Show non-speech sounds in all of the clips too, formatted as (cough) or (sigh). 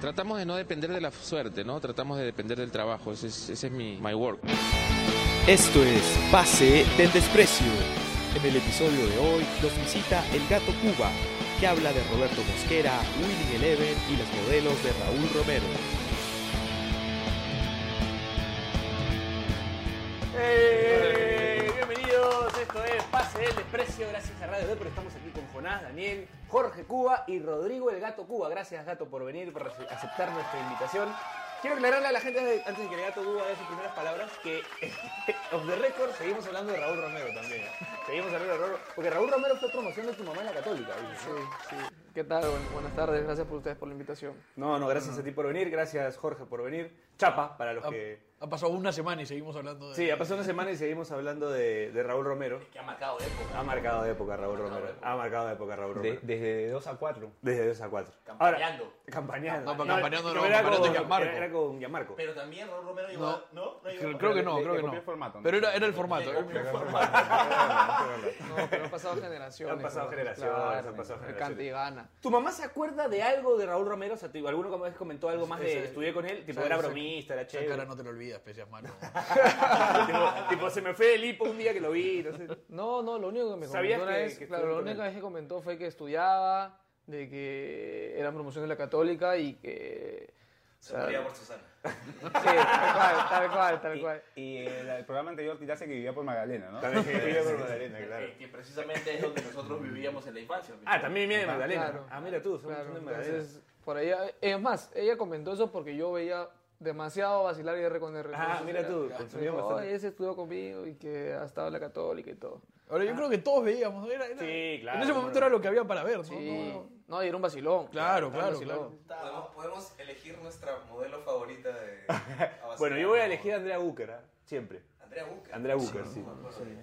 Tratamos de no depender de la suerte, ¿no? Tratamos de depender del trabajo. Ese es, ese es mi my work. Esto es Pase del Desprecio. En el episodio de hoy nos visita el gato Cuba, que habla de Roberto Mosquera, Winning Eleven y los modelos de Raúl Romero. ¡Eh! Bienvenidos, esto es Pase del Desprecio, gracias a Radio D, pero estamos aquí con Jonás, Daniel, Jorge Cuba y Rodrigo el Gato Cuba. Gracias Gato por venir, por rece- aceptar nuestra invitación. Quiero aclararle a la gente antes de- antes de que el Gato Cuba dé sus primeras palabras que (laughs) off the record seguimos hablando de Raúl Romero también. ¿eh? Seguimos hablando de Raúl porque Raúl Romero fue promoción de tu mamá en la Católica. ¿viste? Sí, sí. ¿Qué tal? Buen- buenas tardes, gracias por ustedes por la invitación. No, no, gracias a ti por venir, gracias Jorge por venir. Chapa, para los que... Ha, ha pasado una semana y seguimos hablando de. Sí, ha pasado una semana y seguimos hablando de, de Raúl Romero. que ha marcado época. Ha marcado de época Raúl Romero. Ha marcado de época Raúl Romero. desde 2 a 4. Desde 2 a 4. Campañando. Campañando. No, pero campañando no, Era campañando con es Gianmarco. Era, era con Gianmarco. Pero también Raúl Romero llegó. No. a- ¿No? ¿No llegó? Creo, creo que no, Le- creo le que copié no. el formato, ¿no? Pero era, era el formato. Llegó muy formal. No, pero (laughs) han pasado generaciones. Han pasado ¿no? generaciones, Claro, han pasado el generaciones. Cantigana. ¿Tu mamá se acuerda de algo de Raúl Romero? O sea, ¿tú- ¿alguno como vez comentó algo más de Esa- estudié con él? Tipo, esa- era esa- bromista, era Esa cara chévere. no te lo olvidas, pecias mano. tipo, (laughs) tipo, se me fue el hipo un día que lo vi. No sé. No, no, lo único que me ¿Sabías comentó una que- vez, que claro, estudió lo con único él? vez que comentó fue que estudiaba, de que era promoción de la católica (laughs) y que... o Se sea, moría por Susana. Sí, tal cual, tal cual, tal Y, cual. y el, el programa anterior tiraste que vivía por Magdalena, ¿no? También que vive por Magdalena, Eh, Que precisamente es donde nosotros vivíamos en la infancia. Ah, también viene de Magdalena. Claro. ah, mira tú, son Claro, son de Magdalena. entonces, por ahí, es más, ella comentó eso porque yo veía demasiado vacilar y R con R. Ah, entonces mira era- tú, me consumías dijo, bastante. "Oye, ese estudió conmigo y que ha estado en la católica y todo. Ahora, yo creo que todos veíamos. ¿no? Era- era- Sí, claro, En ese bueno. momento era lo que había para ver, ¿no? Sí. No, no. No, y era un vacilón. Claro, Era un claro, vacilón. claro. Podemos, podemos elegir nuestra modelo favorita de. Bueno, yo voy a elegir a Andrea Búquer, ¿ah? siempre. Andrea Buca. Andrea Búquer, sí.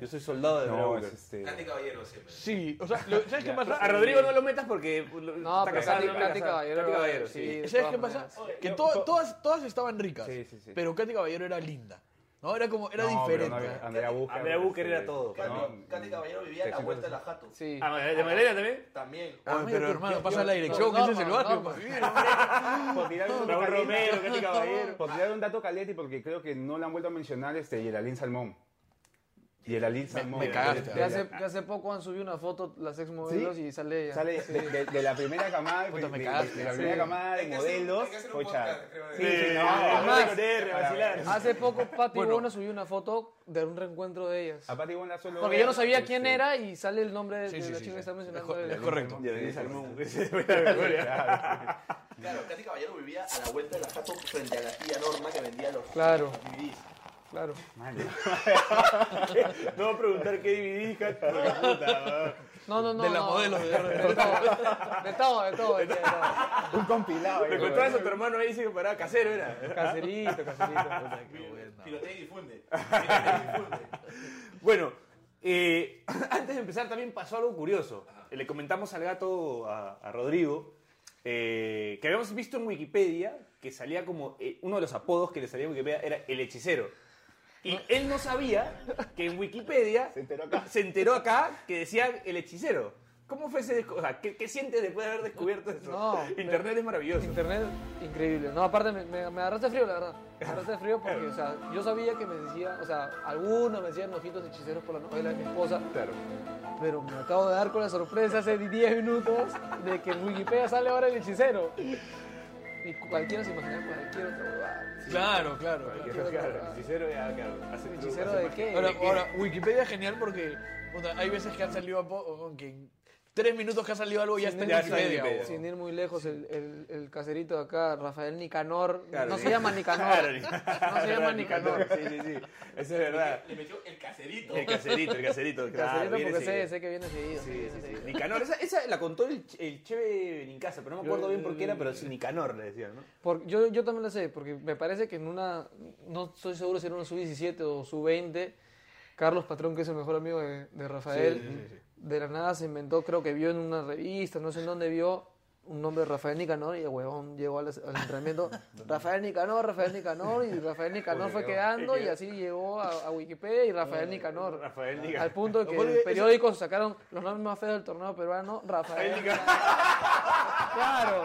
Yo soy soldado de Andrea No, es Búquer. este. Candy Caballero siempre. Sí, o sea, lo- ¿sabes qué pasa? A Rodrigo no lo metas porque lo- No, está pero casado, Katy- no está Katy casado. Caballero, eh, Katy Caballero, sí. sí. de ¿Sabes todas qué pasa? maneras. Que to- todas, todas estaban ricas. Sí, sí, sí. Pero Katy Caballero era linda. ¿no? Era como, era No, pero diferente. Ah, no, Andrea Bucher. Andrea Bucher era todo. No, Candy, Candy Caballero vivía a la Texas. vuelta de la jato. Sí. Ah, ¿De Magdalena también? También. Oye, pero hermano, pasa la no, dirección, que ese es el no, barrio. no, para no. vivir, hombre. Por tirar un Raúl caliente- Romero, (laughs) Katy Caballero. Por tirar un dato caliente y porque creo que no la han vuelto a mencionar, este, Geraldine Salmón. Geraldine Salmón. me cagaste. Que hace, que hace poco han subido una foto las ex modelos y sale ella. Sale Sí. de, de- de la primera camada, de, Puta, me de- cagaste. de la primera camada de Hay que hacer- modelos. hay que hacer un pucha. podcast, creo, de- Sí, Eh, sí, no. Raúl más. Romero, vacilar. Hace poco Patti Bueno. Bono subió una foto de un reencuentro de ellas. A Patty Bonda solo Porque ver, yo no sabía este, quién era y sale el nombre de, Sí, de sí, la sí, chica sí. que está mencionando. Es co- el- es correcto. este, Geraldine Salmón. Claro, Candy Caballero vivía a la vuelta de la jato frente a la tía Norma que vendía los Claro. los DVDs. Claro. No voy a preguntar qué dividís, Katy. No, no, no. De las no. modelos de- De todo, de todo, de todo. de todo. Un compilado. ahí, Me güey. encontrabas a tu hermano ahí y que paraba casero, era. ¿eh? Caserito, caserito. Pilotea y difunde. Pilotea y difunde. Bueno, eh, (clears throat) antes de empezar también pasó algo curioso. Le comentamos al gato, a, a Rodrigo, eh, que habíamos visto en Wikipedia que salía como, eh, uno de los apodos que le salía en Wikipedia era el hechicero. Y él no sabía que en Wikipedia Ah. se enteró acá. se enteró acá que decía el hechicero. ¿Cómo fue ese descu- o sea, ¿qué, qué sientes después de haber descubierto eso? No, Internet pero- es maravilloso. Internet, increíble. No, aparte me, me, me agarraste frío, la verdad. Me agarraste frío porque, o sea, yo sabía que me decían, o sea, algunos me decían ojitos hechiceros por la novela de mi esposa, Claro. pero me acabo de dar con la sorpresa hace 10 minutos de que en Wikipedia sale ahora el hechicero. Y cualquiera se imagina cualquier otro lugar. Claro, claro, claro. Claro, (laughs) claro, el hechicero ya, claro, hace ¿El trucos, hechicero hace de magia. qué? Ahora, ahora, Wikipedia es genial porque puta, hay veces que han salido a po- con que en tres minutos que ha salido algo ya está en ya está en Wikipedia. Wikipedia. weón. Sin ir muy lejos, el, el, el caserito de acá, Rafael Nicanor, Claro, no sí. se llama Nicanor, Claro, no se llama Nicanor. Sí, sí, sí. Eso es verdad. Le metió el caserito. El caserito, el caserito. Claro, Caserito viene porque sé, ese- sé que viene seguido. sé Sí, que viene sí, sí. seguido. Nicanor, esa, esa (laughs) la contó el, ch- el Cheve Nincasa, pero no me acuerdo bien por qué era, pero sí, Nicanor le decían, ¿no? Por- yo, yo también la sé, porque me parece que en una, no estoy seguro si era una sub-17 o sub-20, Carlos Patrón, que es el mejor amigo de, de Rafael, de la nada se inventó, creo que vio en una revista, no sé en dónde vio, un nombre de Rafael Nicanor, y el huevón llegó al, (laughs) al entrenamiento, Rafael Nicanor, Rafael Nicanor, y Rafael Nicanor fue (laughs) quedando, y así llegó a, a Wikipedia y Rafael Nicanor. Rafael Nicanor. Al (laughs) punto de que en periódicos sacaron los (laughs) nombres más feos del torneo peruano, Rafael Nicanor. Claro.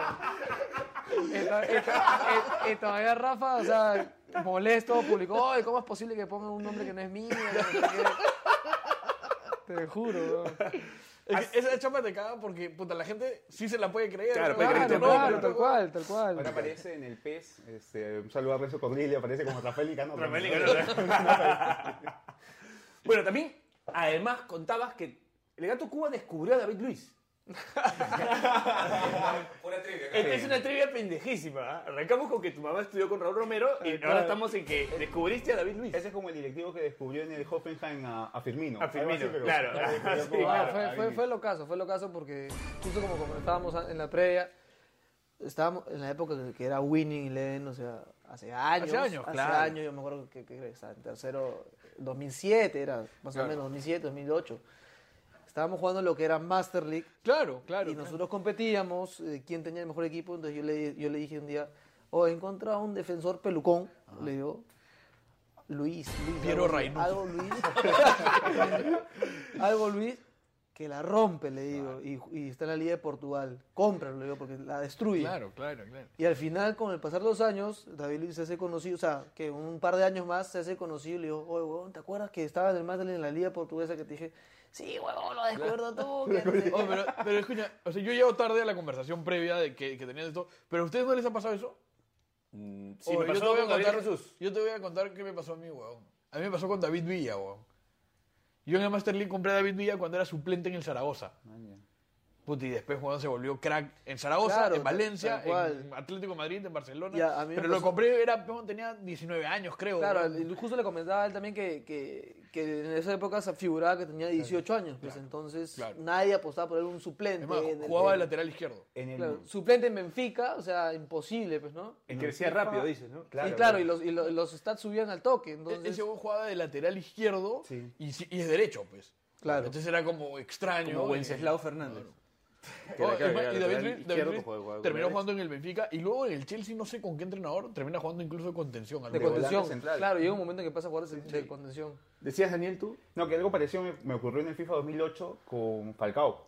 Esta- esta- eh, eh, todavía Rafa, o sea, molesto, publicó, "Ay, ¿cómo es posible que pongan un nombre que no es mío? Que no sé qué". Te juro, weón. Es que Esa chapa te caga porque, puta, la gente sí se la puede creer. Claro, ¿no? puede creer Claro, que no, no, claro, pero- tal cual, tal Ahora cual. aparece en el pez, este, un saludo a Renzo Cordillo, aparece como Rafael Licano. Rafael Bueno, también, además, contabas que el gato Cuba descubrió a (laughs) David Luis. Pura trivia. Esta es una trivia pendejísima. ¿ah? Arrancamos con que tu mamá estudió con Raúl Romero y ahora estamos en que descubriste a David Luis. Ese es como el directivo que descubrió en el Hoffenheim a, a Firmino. A Firmino, Algo pero- claro. (laughs) pero- Sí, pero- Ah, claro. fue, fue, fue lo caso, fue lo caso porque justo como comentábamos en la previa, estábamos en la época que- que era Winning Eleven, o sea, hace años. Hace años, claro. años, yo me acuerdo que, que estaba en tercero, 2007 era, más o menos, 2007, 2008. Estábamos jugando lo que era Master League Claro, claro. y nosotros competíamos, eh, quién tenía el mejor equipo, entonces yo le, yo le dije un día, oh, he encontrado un defensor pelucón, le digo, Luis, Luis, Piero algo- Raimundo. algo (laughs) Luis, algo Luis, que la rompe, le digo, y, y está en la Liga de Portugal, cómpralo, le digo, porque la destruye. Claro, claro, claro. Y al final, con el pasar de los años, David Luis se hace conocido, o sea, que un par de años más se hace conocido y le digo, oye, huevón, ¿te acuerdas que estaba en el Madrid en la Liga Portuguesa que te dije, sí, huevón, lo (laughs) descuerdo tú? que no sé qué". Oye, pero, pero escucha, o sea, yo llego tarde a la conversación previa de que, que tenían esto, pero ¿a ustedes no les ha pasado eso? Mm, Sí, me Oye, pasó con Gabriel Jesús. yo te voy a contar qué me pasó a mí, weón. A mí me pasó con David Villa, weón. Yo en el Master League compré a David Villa cuando era suplente en el Zaragoza. Puta, y después weón, se volvió crack en Zaragoza, Claro, en Valencia, tal cual. en Atlético de Madrid, en Barcelona. Ya, a mí me pero lo pasó- compré, era, weón, tenía 19 años, creo. Claro, weón. el- justo le comentaba a él también que, que- que en esa época se figuraba que tenía 18 años, pues entonces claro. nadie apostaba por él un suplente. Es más, en el- jugaba de en- lateral izquierdo. En el, claro, suplente en Benfica, o sea, imposible, pues, ¿no? en el Crecía FIFA- rápido, dices, ¿no? y claro, y los, y lo- los stats subían al toque, entonces... E- Ese weón jugaba de lateral izquierdo Sí. y, si- y es derecho, pues. Claro. Entonces era como extraño. Como eh, Wenceslao Fernández. Que la Oh, cague, y ma- la y David Luiz- lateral David izquierdo Luiz juega- juega- terminó juega- jugando en el Benfica y luego en el Chelsea, no sé con qué entrenador, termina jugando incluso de contención. al de de menos. volante contención, central. claro, llega un momento en que pasa a jugar de, de contención. ¿Decías, Daniel, tú? No, que algo parecido me, me ocurrió en el FIFA 2008 con Falcao.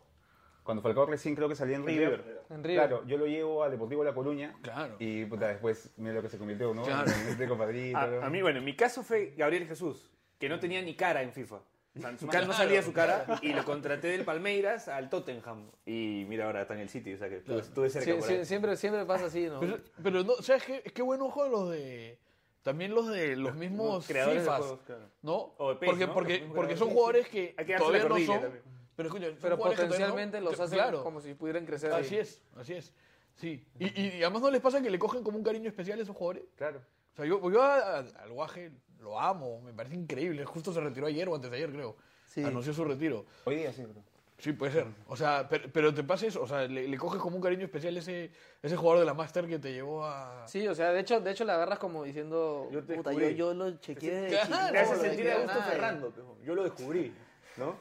Cuando Falcao recién creo que salía en River. En River. Claro, yo lo llevo al Deportivo La Coruña. Claro. Y puta, después, mira lo que se convirtió, ¿no? Claro. En este compadrito. Ah, A, a mí, bueno, en mi caso fue Gabriel Jesús, que no tenía ni cara en FIFA. O sea, (laughs) su cara no salía su cara y lo contraté del Palmeiras al Tottenham. Y mira, ahora está en el City, o sea que estuve- estuve cerca. Sie- por sie- ahí. siempre, siempre pasa así, ¿no? Pero, pero no, ¿sabes qué? Qué buen ojo los de. También los de los mismos creadores de FIFAs, juegos, claro. ¿no? O de PES, porque, ¿no? Los Porque, mismos porque creadores. son jugadores que Hay que darse la todavía no cordilla son. también. Pero, escucha, son Pero jugadores que todavía no- potencialmente los que- hacen claro. como si pudieran crecer. ahí. Así es, así es. Sí. Y, y, y además no les pasa que le cogen como un cariño especial a esos jugadores. Claro. O sea, yo, pues yo a- a- al Guaje lo amo, me parece increíble. Justo se retiró ayer o antes de ayer, creo. Sí. Anunció su retiro. Hoy día sí, bro. Sí, puede ser. O sea, per- pero te pases, o sea, le, le coges como un cariño especial ese, ese jugador de la Master que te llevó a. Sí, o sea, de hecho, de hecho la agarras como diciendo, Yo te puta, yo, descubrí". yo lo chequeé (laughs) de Claro. Me hace No, sentir a gusto Ferrando. Ferrando, pejo. yo lo descubrí, (laughs) ¿no?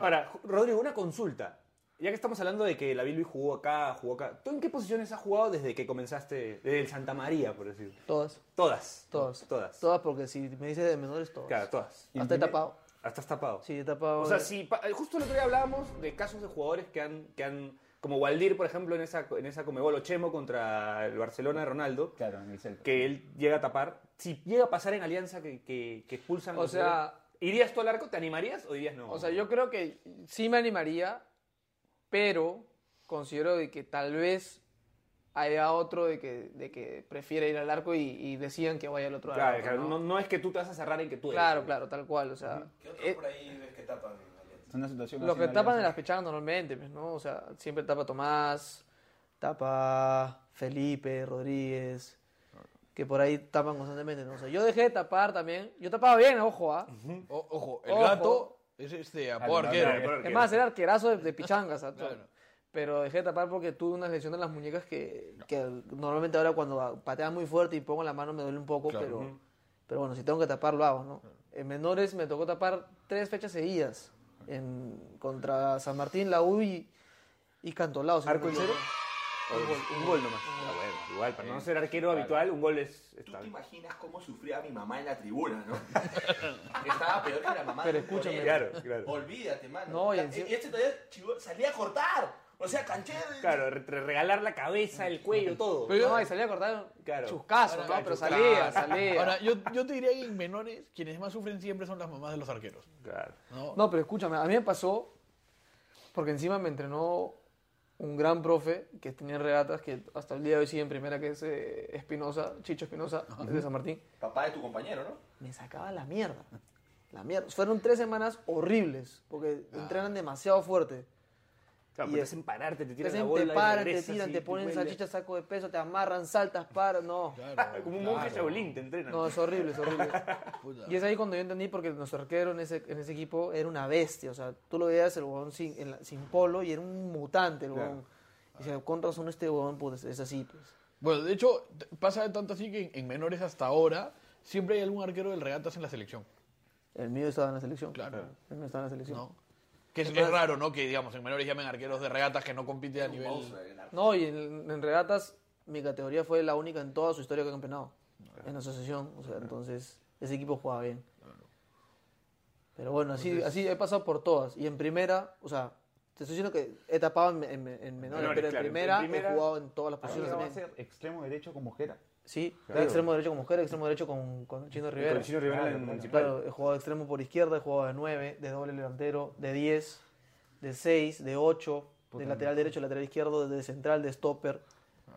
Ahora, Rodrigo, una consulta. Ya que estamos hablando de que la Luis jugó acá, jugó acá, ¿tú en qué posiciones has jugado desde que comenzaste, desde el Santa María, por decir? Todas. Todas. Todas. Todas. Todas, porque si me dices de menores, todas. Claro, todas. Hasta he tapado. Hasta has tapado. Sí, he tapado. O sea, de- si pa- eh, justo el otro día hablábamos de casos de jugadores que han, que han como Waldir, por ejemplo, en esa, en esa Comebol o Chemo contra el Barcelona de Ronaldo, Claro, en el Celta. que él llega a tapar. Si llega a pasar en Alianza que, que, que expulsan... O los sea- jugadores, ¿Irías tú al arco? ¿Te animarías o dirías no? O sea, yo creo que sí me animaría, pero considero de que tal vez haya otro de que, de que prefiera ir al arco y, y decían que vaya al otro Claro, arco. claro, ¿no? no, no es que tú te vas a cerrar en que tú eres. claro, claro, tal cual. O sea, ¿Qué eh, otro por ahí ves que tapan en Alianza? Es una situación Los que así tapan en Alianza. las pechadas normalmente, pues, ¿no? O sea, siempre tapa Tomás, tapa Felipe, Rodríguez, que por ahí tapan constantemente, ¿no? O sea, yo dejé de tapar también. Yo tapaba bien, ojo, ¿ah? O- ojo, el Ojo. gato es este apodo Al- arquero. al- Es más, era arquerazo de, de pichangas, ¿ah? Claro. Pero dejé de tapar porque tuve unas lesiones en las muñecas que, que normalmente ahora cuando patean muy fuerte y pongo la mano me duele un poco, Claro. pero, pero bueno, si tengo que tapar lo hago, ¿no? En menores me tocó tapar tres fechas seguidas. En, contra San Martín, la U y, y Cantolao. si no ¿Arco me en cero? equivoco. Un gol, un gol nomás. Ah, bueno, igual, para no ser arquero habitual, un gol es... Tú te está bien. imaginas cómo sufría mi mamá en la tribuna, ¿no? (laughs) Estaba peor que la mamá Pero de un escúchame. torero. Claro, claro. Olvídate, mano. No, y La- enci- este todavía chivo- salía a cortar. O sea, canchero. y- Claro, re- regalar la cabeza, el cuello, todo. Pero yo- No, y salía a cortar Claro. chuscazo, Ahora, ¿no? Pero chuscazo. salía, salía. Ahora, yo, yo te diría que en menores, quienes más sufren siempre son las mamás de los arqueros. Claro. ¿no? No, pero escúchame, a mí me pasó, porque encima me entrenó un gran profe que tenía regatas, que hasta el día de hoy sigue en primera, que es eh, Espinosa, Chicho Espinosa, de San Martín. Papá de tu compañero, ¿no? Me sacaba la mierda. La mierda. Fueron tres semanas horribles, porque Ah. entrenan demasiado fuerte. Claro, Y pero es- Hacen pararte, te te tiran la hacen- bola. te y paran, te regresas tiran, y te ponen huele. salchicha, saco de peso, te amarran, saltas, paras, no. Claro, Como un monje claro. Shaolin te entrenan. No, es horrible, es horrible. (laughs) Puta. Y es ahí cuando yo entendí, porque nuestro arquero en ese, en ese equipo era una bestia. O sea, tú lo veías el huevón sin, en la- sin polo y era un mutante el huevón. Y decía, con razón este huevón pues, es así. Pues. Bueno, de hecho, t- pasa tanto así que en, en menores hasta ahora siempre hay algún arquero del regatas en la selección, El mío estaba en la selección. Claro. El mío estaba en la selección. ¿no? Que es, es raro, ¿no? Que, digamos, en menores llamen arqueros de regatas que no compiten a nivel... No, y en, en regatas mi categoría fue la única en toda su historia que ha campeonado. En asociación, o sea, entonces ese equipo jugaba bien. Pero bueno, así, así he pasado por todas. Y en primera, o sea, te estoy diciendo que he tapado en, en- en menores, Menores, pero en, claro. primera En primera- he jugado en todas las Ahora posiciones va a también. ser extremo derecho como que era. Sí, Claro. extremo derecho con mujer, extremo derecho con, con Chino Rivera. Con Chino Rivera en el municipal. Claro, he jugado de extremo por izquierda, he jugado de 9, de doble delantero, de 10, de 6, de 8, de lateral derecho, lateral izquierdo, de central, de stopper.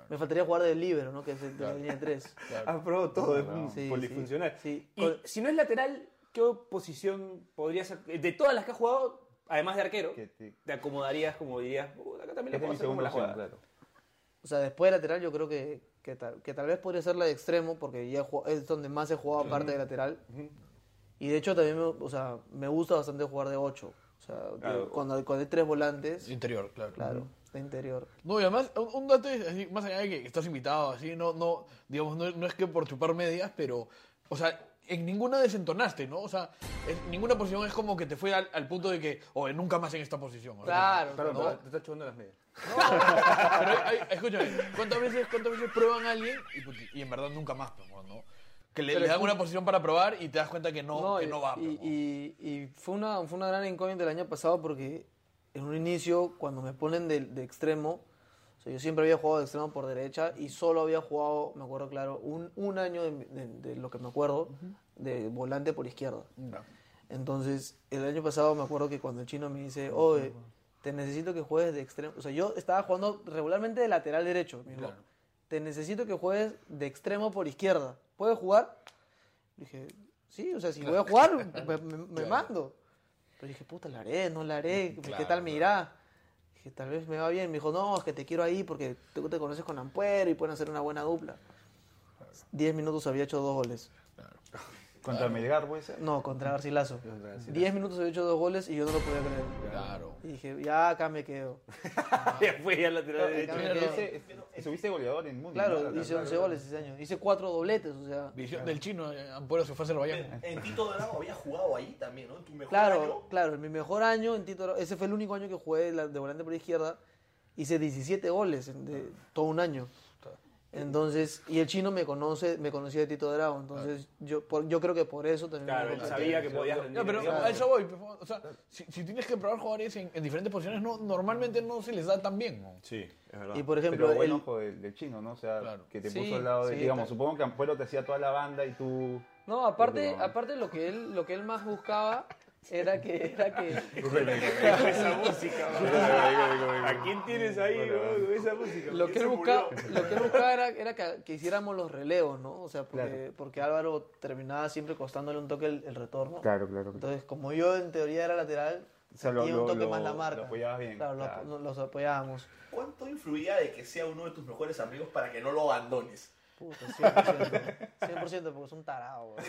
Me faltaría jugar de libero, ¿no? Que es de la línea 3. Ah, probó todo, es un Sí, polifuncional. sí, sí. Y si no es lateral, ¿qué posición podría ser? De todas las que has jugado, además de arquero, Que te- te acomodarías como dirías, "Uh, acá también la Es de puedo mi hacer como segunda la opción, jugada. claro. O sea, después de lateral yo creo que, que, tal, que tal vez podría ser la de extremo, porque ya he jugado- es donde más he jugado aparte de lateral. Y de hecho también me, o sea, me gusta bastante jugar de 8. O sea, de- cuando, cuando hay tres volantes, Interior, claro. claro, de interior. No, y además, un un dato es así, más allá de que estás invitado, así, no, no, digamos, no, no es que por chupar medias, pero, o sea, en ninguna desentonaste, ¿no? O sea, en ninguna posición es como que te fue al, al punto de que, oye, nunca más en esta posición. ¿no? Claro, ¿no? Te estás chupando las medias. (laughs) Pero, hay- hay- escúchame, ¿cuántas veces, cuántas veces prueban a alguien y, puti- y en verdad nunca más, pues, ¿no? Que le, Pero le dan escu- una posición para probar y te das cuenta que no, No, que y, no va. pues, y, ¿no? y- y fue, una, fue una gran incógnita el año pasado porque en un inicio, cuando me ponen de, de extremo, o sea, yo siempre había jugado de extremo por derecha y solo había jugado, me acuerdo claro, un, un año de, de- de lo que me acuerdo, de volante por izquierda. Entonces, el año pasado me acuerdo que cuando el chino me dice, oye, te necesito que juegues de extremo. O sea, yo estaba jugando regularmente de lateral derecho. me dijo, Te necesito que juegues de extremo por izquierda. ¿Puedes jugar? Le dije, sí, o sea, si voy a jugar, me, me- me mando. Pero dije, puta, la haré, no la haré, ¿qué tal me irá? Dije, tal vez me va bien. Me dijo, no, es que te quiero ahí porque tú te conoces con Ampuero y pueden hacer una buena dupla. Diez minutos había hecho dos goles. Contra Melgar, puede ser. No, contra Garcilaso. Diez minutos había hecho dos goles y yo no lo podía creer. Claro. Y dije, ya acá me (laughs) quedo. Después ya lateral Claro, derecho. claro. Pero ese- ese- Subiste goleador en Mundi. Claro, ¿no? hice 11 goles ese año. Hice cuatro dobletes, o sea. Visión del chino, eh, Ampuero se fue a Azerbaiyán. En Tito Dorado había jugado ahí también, ¿no? En tu mejor Claro, año. claro, en mi mejor año en Tito, Dorado- ese fue el único año que jugué de la- de volante por izquierda, hice 17 goles en de todo un año. Entonces, y el chino me conoce, me conocía de Tito Dorado, entonces yo por- yo creo que por eso también me Claro, él conocí. sabía que podías rendir. No, pero Claro. a eso voy. pues, O sea, si, si tienes que probar jugadores en, en diferentes posiciones, no, normalmente no se les da tan bien. ¿no? Y por ejemplo, Pero buen el- ojo del, del chino, ¿no? O sea, Claro. que te Sí, puso al lado de. sí, digamos, tal. supongo que Ampuero te hacía toda la banda y tú. no, aparte, Perdón. aparte lo que él lo que él más buscaba era que era (laughs) que esa música, ¿A quién tienes ahí, bro? Esa música. lo que él buscaba, lo que él buscaba era, era que, que hiciéramos los relevos, ¿no? O sea, porque, Claro. porque Álvaro terminaba siempre costándole un toque el, el retorno. Claro, claro. Entonces, como yo en teoría era lateral, O sea, lo- sentía un lo- toque lo- más la marca. lo apoyabas bien, Claro, lo- claro. no- los apoyábamos. ¿Cuánto influía de que sea uno de tus mejores amigos para que no lo abandones? Puta, 100%. 100% porque son tarados, güey.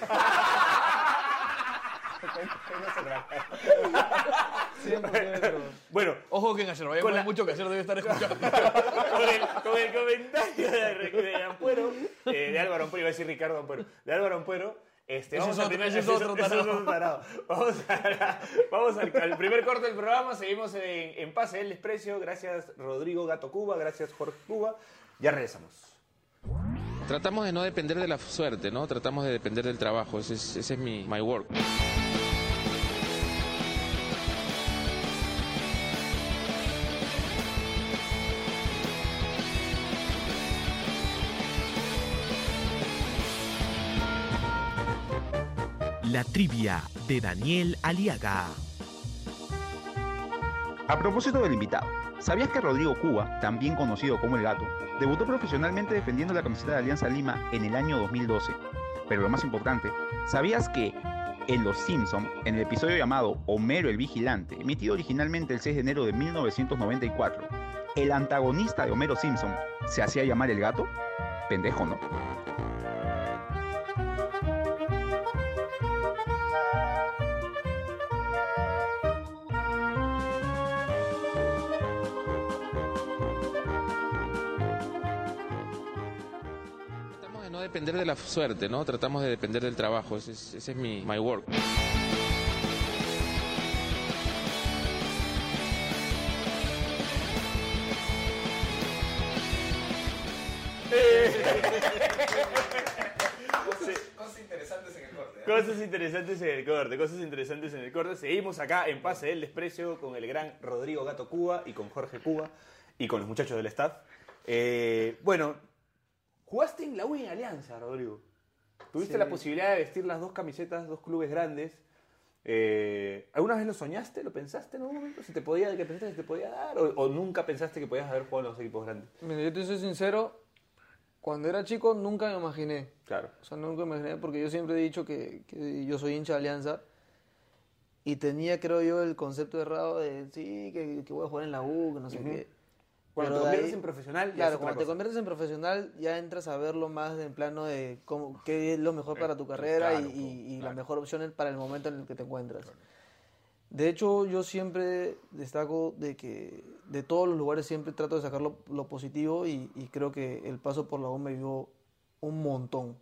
100%. Bueno, Ojo que en Azerbaiyán Con no hay la- mucho que hacer, debe estar escuchando. con el, con el comentario de, de Ampuero, eh, de Álvaro Ampuero, iba a decir Ricardo Ampuero, de Álvaro Ampuero, este, Ese vamos es a otro- primer- ese es otro ese tarado. tarado. Vamos, a la- vamos al, al primer corte del programa, seguimos en, en Pase del Desprecio, gracias Rodrigo Gato Cuba, gracias Jorge Cuba, ya regresamos. Tratamos de no depender de la suerte, ¿no? Tratamos de depender del trabajo. Ese es, ese es mi my work. La trivia de Daniel Aliaga. A propósito del invitado, ¿sabías que Rodrigo Cuba, también conocido como El Gato, debutó profesionalmente defendiendo la camiseta de Alianza Lima en el año 2012? Pero lo más importante, ¿sabías que en Los Simpson, en el episodio llamado Homero el Vigilante, emitido originalmente el 6 de enero de 1994, el antagonista de Homero Simpson se hacía llamar El Gato? Pendejo, ¿no? Tratamos de no depender de la suerte, ¿no? Tratamos de depender del trabajo. Ese es, ese es mi my work. Cosas, cosas interesantes en el corte. ¿eh? Cosas interesantes en el corte, cosas interesantes en el corte. Seguimos acá en Pase del Desprecio con el gran Rodrigo Gato Cuba y con Jorge Cuba y con los muchachos del staff. Eh, bueno, jugaste en la U y en Alianza, Rodrigo. Tuviste Sí. la posibilidad de vestir las dos camisetas, dos clubes grandes. Eh, ¿Alguna vez lo soñaste? ¿Lo pensaste en algún momento? ¿Se te podía, que pensaste que se te podía dar? ¿O, o nunca pensaste que podías haber jugado en los equipos grandes? Mira, yo te soy sincero, cuando era chico nunca me imaginé. Claro. O sea, nunca me imaginé, porque yo siempre he dicho que, que yo soy hincha de Alianza. Y tenía, creo yo, el concepto errado de, sí, que, que voy a jugar en la U, que no sé qué. Cuando te Pero de conviertes en profesional, ya es Claro, otra cuando te cosa. conviertes en profesional, ya entras a verlo más en plano de cómo, qué es lo mejor para tu carrera y, y- y la mejor opción para el momento en el que te encuentras. De hecho, yo siempre destaco de que de todos los lugares siempre trato de sacar lo, lo positivo y, y creo que el paso por la U me dio un montón.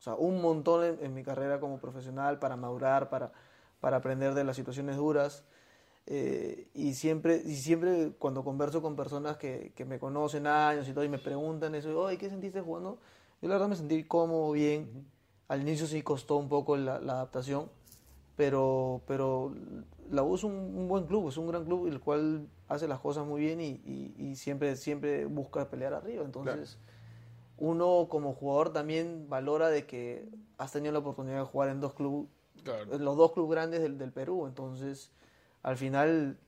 O sea, un montón en, en mi carrera como profesional para madurar, para, para aprender de las situaciones duras. Eh, y, siempre, y siempre cuando converso con personas que, que me conocen años y todo y me preguntan eso, oye, ¿qué sentiste jugando? Yo la verdad me sentí cómodo, bien. Al inicio sí costó un poco la, la adaptación, pero, pero la U es un, un buen club, es un gran club, el cual hace las cosas muy bien y, y- y siempre, siempre busca pelear arriba. Entonces, uno como jugador también valora de que has tenido la oportunidad de jugar en dos clubes, los dos clubes grandes del, del Perú. Entonces, al final,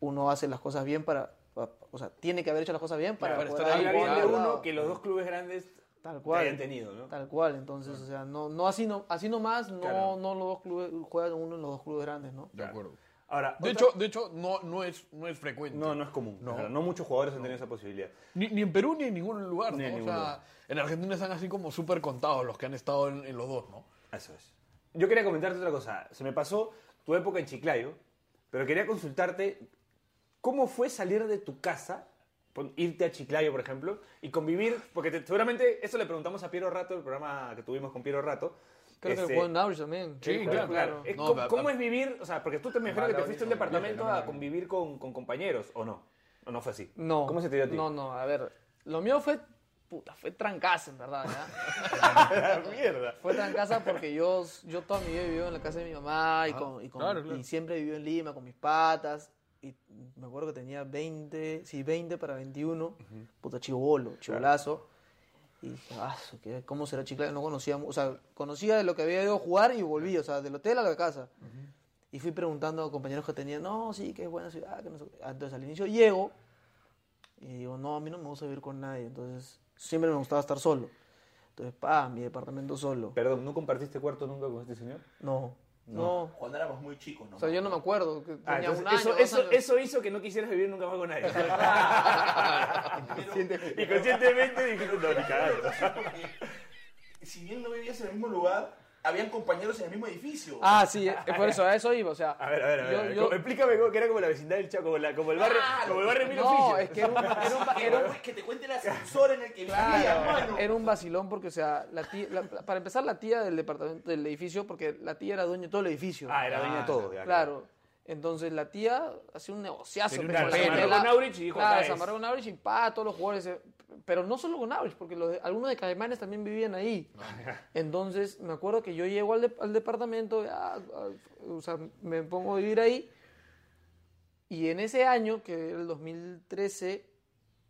uno hace las cosas bien para, pa- o sea, tiene que haber hecho las cosas bien para, Claro, para poder estar ahí, Habla haber bien de claro. jugado. uno que los dos clubes grandes Tal te hayan cual. tenido, ¿no? Tal cual, entonces, o sea, no, no así no, así nomás, no, Claro. no los dos clubes, juegan uno en los dos clubes grandes, ¿no? (laughs) De acuerdo. Ahora, otra- De hecho, de hecho no, no, es, no es frecuente. No, no es común. No. No, no muchos jugadores han tenido esa posibilidad. Ni, ni en Perú ni en ningún lugar, Ni ¿no? en ningún o sea, lugar. en Argentina están así como súper contados los que han estado en, en los dos, ¿no? Eso es. Yo quería comentarte otra cosa. Se me pasó tu época en Chiclayo, pero quería consultarte cómo fue salir de tu casa, pon- irte a Chiclayo, por ejemplo, y convivir, porque te- seguramente eso le preguntamos a Piero Rato, el programa que tuvimos con Piero Rato. Creo que Este, jugó en Average también. Sí, claro, claro. Es No, Eh, ¿Cómo, a- a- cómo es vivir? O sea, porque tú te me imagino que te Malabar, fuiste a un no, departamento no, no, no, a no. convieron con, con compañeros, ¿o no? ¿O no fue así? No. ¿Cómo se te dio a ti? No, no, a ver, lo mío fue, puta, fue trancaza, en verdad, ¿ya? (laughs) Mierda. Fue trancaza porque yo, yo toda mi vida he vivido en la casa de mi mamá y, con, y, con- claro, claro. y siempre he vivido en Lima con mis patas. Y me acuerdo que tenía 20, sí, 20 para 21, puta chivolo, chivolazo. Y dije, ah, su, ¿qué- ¿cómo será Chiclayo? No conocía, mu- o sea, conocía de lo que había ido a jugar y volví, o sea, del hotel a la casa. Y fui preguntando a compañeros que tenía, no, sí, que es buena ciudad, que no sé qué. Ah, Entonces al inicio llego y digo, no, a mí no me gusta vivir con nadie. Entonces siempre me gustaba estar solo. Entonces, pa, mi departamento solo. Perdón, ¿no compartiste cuarto nunca con este señor? No, no. Cuando éramos muy chicos, ¿no? O sea, yo no me acuerdo. que Ah, tenía un entonces año. eso, dos eso, años. eso hizo que no quisieras vivir nunca más con (laughs) nadie. (laughs) y conscientemente dijiste, no, ni cagando. Si bien no vivías en el mismo lugar, habían compañeros en el mismo edificio. Ah, sí, eh, por eso, a eso iba. O (laughs) sea, A ver, a ver, a ver. Yo- a ver. yo- Como- Explícame cómo que era como la vecindad del Chaco, como, la- como el barrio, Ah. como el barrio Milo no, Fisher. es que era un, era un- Que, era un- cu- (laughs) que te cuente el ascensor en el que vivía, hermano. era un vacilón porque, o sea, la tía- la- para empezar, la tía del departamento, del edificio, porque la tía era dueña de todo el edificio. Ah, era dueña de todo. ya, Claro. Entonces la tía hacía un negociazo. pues, Tenía una con la pena. Se Mela. amarró con Aurich y dijo, acá Claro, es. se amarró con Aurich y pa, todos los jugadores. eh, Pero no solo con Aurich, porque los de- algunos de Caimanes también (laughs) vivían ahí. Entonces me acuerdo que yo llego al, de- al departamento, ya, a- o sea, me pongo a vivir ahí. Y en ese año, que era el 2013,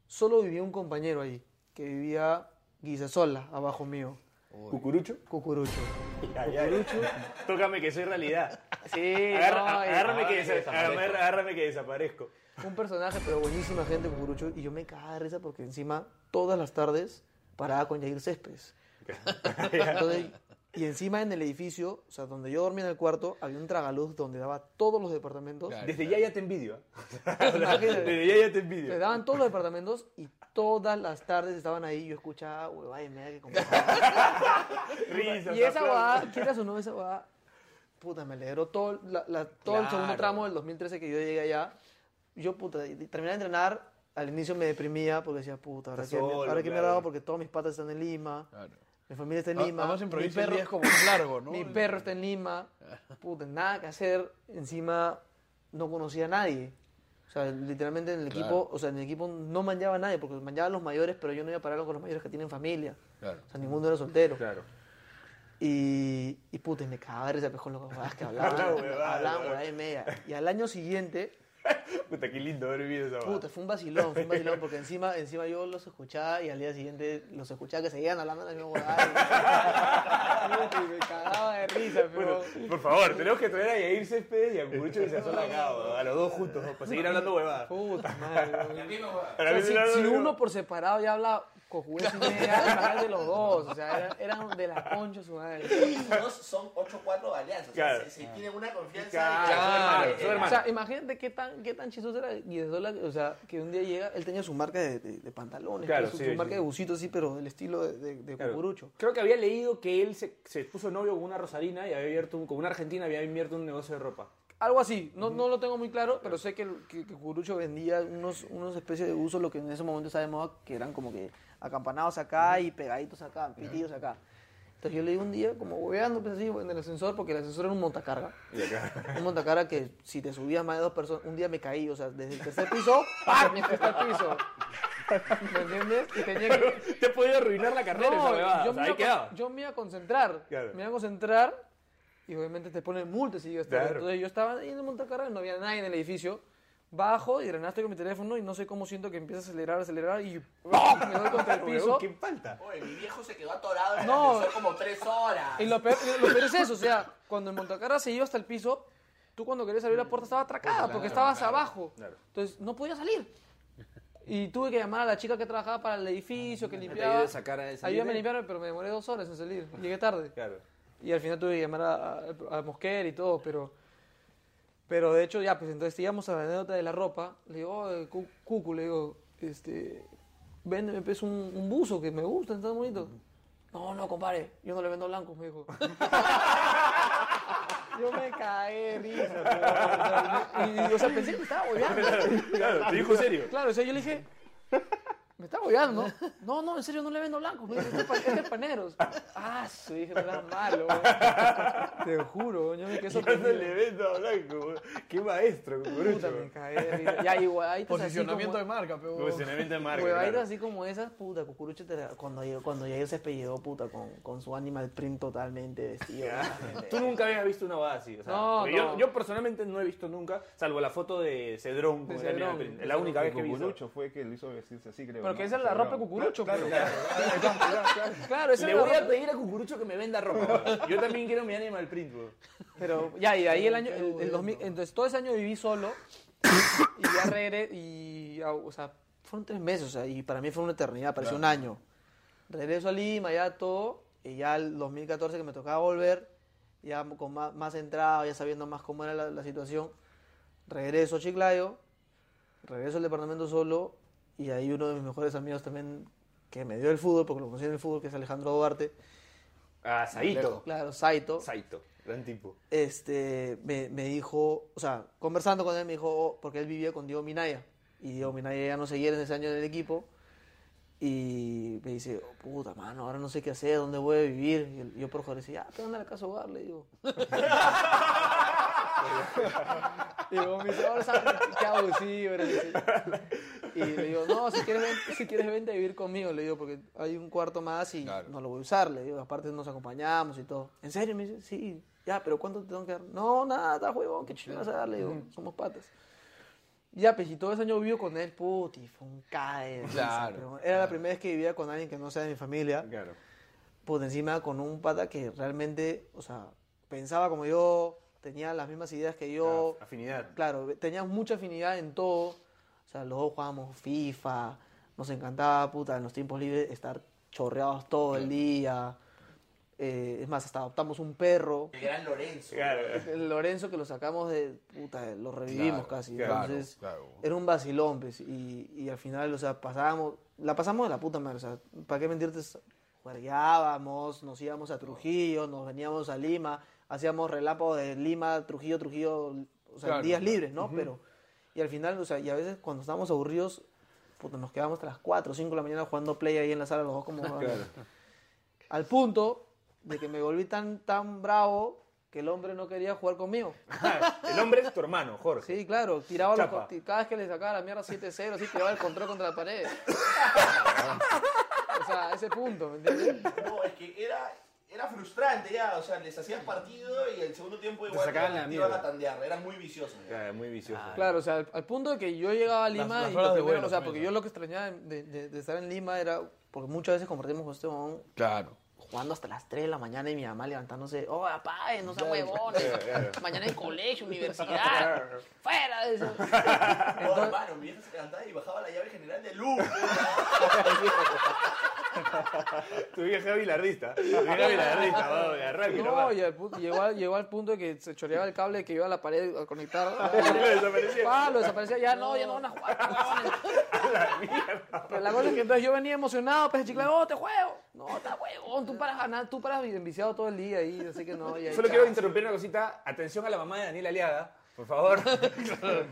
solo vivía un compañero ahí, que vivía Guisasola, abajo mío. ¿Cucurucho? Cucurucho. Cucurucho. Tócame que soy realidad. (laughs) Sí, Agarra- no, y- agárrame, que no, desa- agárrame- agárrame que desaparezco. Un personaje, pero buenísima gente, Cucurucho. Y yo me cagaba de risa porque encima todas las tardes paraba con Yair Céspedes. (laughs) Entonces, y encima en el edificio, o sea, donde yo dormía en el cuarto, había un tragaluz donde daba todos los departamentos. Desde ya ya te envidio. ¿ah? (laughs) Imagínate. Desde ya ya te envidio. Le daban todos los departamentos y todas las tardes estaban ahí. Yo escuchaba, huevada y media que (laughs) compraba. Risas, Y esa aplausos. guada, quieras o no, esa guada, puta, me alegró todo, la- la- todo el segundo Claro. tramo del 2013 que yo llegué allá. Yo, puta, y- terminé de entrenar, al inicio me deprimía porque decía, puta, ahora Está que, solo, ahora que me claro. hago porque todos mis patas están en Lima, mi familia está en A- Lima, además en mi, provincia el perro, día es como un largo, ¿no? mi eh. perro está en Lima, puta, nada que hacer, encima no conocía a nadie. O sea, literalmente en el equipo, o sea, en el equipo no manchaba a nadie, porque manchaban los mayores, pero yo no iba a parar con los mayores que tienen familia. Claro. O sea, ninguno era soltero. Y, y puta, y me cagaba de risa pues, con los huevadas que (laughs) hablaban. La huevada, hablaban la huevada y media. Y al año siguiente, Puta, qué lindo haber vivido esa guada. puta, fue un vacilón, fue un vacilón, porque encima, encima yo los escuchaba y al día siguiente los escuchaba que seguían hablando de la misma (laughs) huevada. Y, me cagaba de risa, pero. Por favor, tenemos que traer a Yair Céspedes y a Cucurucho que se asola acá, weón, a los dos juntos, ¿no? para seguir hablando huevadas. Puta madre, weón. Para O sea, mí me la- si, si uno por separado ya habla cojudez y media, imagínate de los dos. O sea, eran, eran de la concha su madre. Dos son 8-4 alianzas. O sea, Claro. se, se Ah. tienen una confianza. Claro, son hermanos, son O hermanos. sea, imagínate qué tan, qué tan chistoso era Guidesola, o sea, que un día llega, él tenía su marca de, de- de pantalones, Claro, pues, su, sí, su sí, marca sí. de bucitos así, pero del estilo de, de, de Claro. cucurucho. Creo que había leído que él se, se puso novio con una rosarina y había abierto, un- con una argentina, había abierto un negocio de ropa. Algo así, no, no lo tengo muy claro, pero sé que, que, que cucurucho vendía unos, unos especies de usos, lo que en ese momento estaba de moda, que eran como que acampanados acá y pegaditos acá, pitidos acá. Entonces yo le di un día, como hueveando, pues así, en el ascensor, porque el ascensor era un montacarga. Un montacarga que si te subías más de dos personas, un día me caí, o sea, desde el tercer piso, ¡pam! me fui hasta el piso. ¿Me entiendes? Y tenía que... Te ha podido arruinar la carrera esa No, huevada. yo, o sea, me ahí iba a, quedaba. con- yo me iba a concentrar. Claro. Me iba a concentrar y obviamente te ponen multas si llegas tarde. Claro. Entonces yo estaba ahí en el montacargas, no había nadie en el edificio. Bajo y drenaste con mi teléfono y no sé cómo siento que empieza a acelerar, acelerar y ¡pum! me (laughs) doy contra el piso. Huevón, ¿Qué falta? Oye, mi viejo se quedó atorado en No. no. como 3 horas. Y lo peor, lo peor es eso, o sea, cuando el montacargas se iba hasta el piso, tú cuando querías abrir la puerta estaba atracada Pues, porque estabas abajo. Entonces no podía salir. Y tuve que llamar a la chica que trabajaba para el edificio, que ayudó limpiaba. a sacar a- salir Ayúdame a de- limpiarme, pero me demoré dos horas (laughs) en salir. Llegué tarde. Claro. Y al final tuve que llamar a, a- a Mosquera y todo, pero... Pero de hecho, ya, pues entonces íbamos a la anécdota de la ropa. Le digo, "Oh, cu- Cucu, le digo, este... Véndeme, pues, un, un buzo que me gusta, está bonito. No, no, compadre, yo no le vendo blancos, me dijo. (laughs) yo me caí de risa, pero, o sea, y, y, o sea, pensé que me estaba bollando. Claro, te dijo en serio. Claro, o sea, yo le dije, me está bollando, ¿no? (laughs) No, no, en serio, no le vendo blanco. Me dice, este, es pa- este es (laughs) paneros. Ah, su dije, no eras malo, weón. Te juro, yo me quedé Ya se sorprendido. le vende a Blanco. weón. Qué maestro, Puta, Cucurucho. me caí de risa. Ya, y huevaditas así como... Posicionamiento de marca, pero. Posicionamiento de marca. Huevaditas claro. así como esas, puta, Cucurucho, te, cuando, yo- cuando Yair se espellidó, puta, con, con su animal print totalmente (laughs) vestido. Tú nunca habías visto una boda así. O sea, No, porque yo, no. yo personalmente no he visto nunca, salvo la foto de Cedrón. De con el anime Cedrón, print. de la única El vez que he visto. cucurucho fue que lo hizo vestirse así, creo. Pero que ¿no? esa es la ropa de Claro, cucurucho, claro, pues. claro, claro, claro, claro. Claro, esa Le era la voy a ropa. pedir a Cucurucho que me venda ropa. weón. Yo también quiero mi Animal Print, weón. Pero ya, y de ahí el año, el, el 2000, entonces todo ese año viví solo y ya regresé y, ya, o sea, fueron tres meses, o sea, y para mí fue una eternidad, pareció un año. Regreso a Lima, ya todo, y ya el 2014 que me tocaba volver, ya con más, más entrado, ya sabiendo más cómo era la, la situación, regreso a Chiclayo, regreso al departamento solo, y ahí uno de mis mejores amigos también que me dio el fútbol, porque lo conocí en el fútbol, que es Alejandro Duarte, Ah, Saito. claro, Saito, Saito, gran tipo. este, me, me dijo, o sea, conversando con él, me dijo, oh, porque él vivía con Diego Minaya, y Diego Minaya ya no seguía en ese año en el equipo, y me dice, oh, puta mano, ahora no sé qué hacer, dónde voy a vivir. Y el- yo por joder decía, ah, pero anda a la casa hogar, le digo. y digo, mis ahora saben qué abusivo. era", dice. Y le digo, no, si quieres, ven- si quieres vente a vivir conmigo, le digo, porque hay un cuarto más y no lo voy a usar, le digo, aparte nos acompañamos y todo. ¿En serio? Me dice, sí, ya, pero ¿cuánto te tengo que dar? No, nada, está huevón, qué chulo vas a dar, le digo, somos patas. Ya, pues, y todo ese año vivo con él, puti, fue un cae. de risa, Claro, pero Era la primera vez que vivía con alguien que no sea de mi familia. Claro. por encima con un pata que realmente, o sea, pensaba como yo, tenía las mismas ideas que yo. Afinidad. (laughs) Claro, teníamos mucha afinidad en todo. O sea, los dos jugábamos FIFA, nos encantaba, puta, en los tiempos libres estar chorreados todo el día. Eh, es más, hasta adoptamos un perro. El gran Lorenzo. El Lorenzo que lo sacamos de puta, lo revivimos Claro, casi. claro, Entonces, claro. era un vacilón, pues, y, y al final, o sea, pasábamos, la pasamos de la puta madre, o sea, ¿para qué mentirte? Juergueábamos, nos íbamos a Trujillo, nos veníamos a Lima, hacíamos relámpagos de Lima, Trujillo, Trujillo, o sea, Claro, días claro. libres, ¿no? Ujú. Pero, y al final, o sea, y a veces cuando estábamos aburridos, puta, nos quedábamos hasta las 4 o 5 de la mañana jugando play ahí en la sala, los dos como... Claro. Al punto de que me volví tan, tan bravo que el hombre no quería jugar conmigo. El hombre es tu hermano, Jorge. Sí, claro, tiraba los Chapa. co- cada vez que le sacaba la mierda 7-0, así tiraba el control contra la pared. o sea, a ese punto, ¿me entiendes? No, es que era, era frustrante ya. O sea, les hacías partido y el segundo tiempo igual sacaban te- la te iban mierda. a tandear. Eran muy viciosos. ya. Claro, muy vicioso. Claro, o sea, al, al punto de que yo llegaba a Lima las horas y lo de primero, vuelo o sea, también, porque ¿no? yo lo que extrañaba de, de- de estar en Lima era, porque muchas veces compartimos con este huevón Claro. jugando hasta las 3 de la mañana y mi mamá levantándose, oh, papá, eh, no sean huevones, mañana en colegio, universidad, fuera de eso. No, hermano, mi vieja se levantaba y bajaba la llave general de luz. Tu vieja bilardista. Tu vieja bilardista, va, arranque No, nomás. y al pu- llegó, al- llegó al punto de que se choreaba el cable que iba a la pared a (laughs) conectar. desaparecía. Ah, lo desaparecía. Ya no, ya no van (laughs) a jugar. huevones. Pero la cosa es que entonces yo venía emocionado, pues chicle, oh, te juego. No, está huevón, tú paras ganar, tú paras enviciado todo el día ahí, así que no. Ya, Solo ya. quiero interrumpir una cosita. Atención a la mamá de Daniel Aliaga, por (laughs) favor.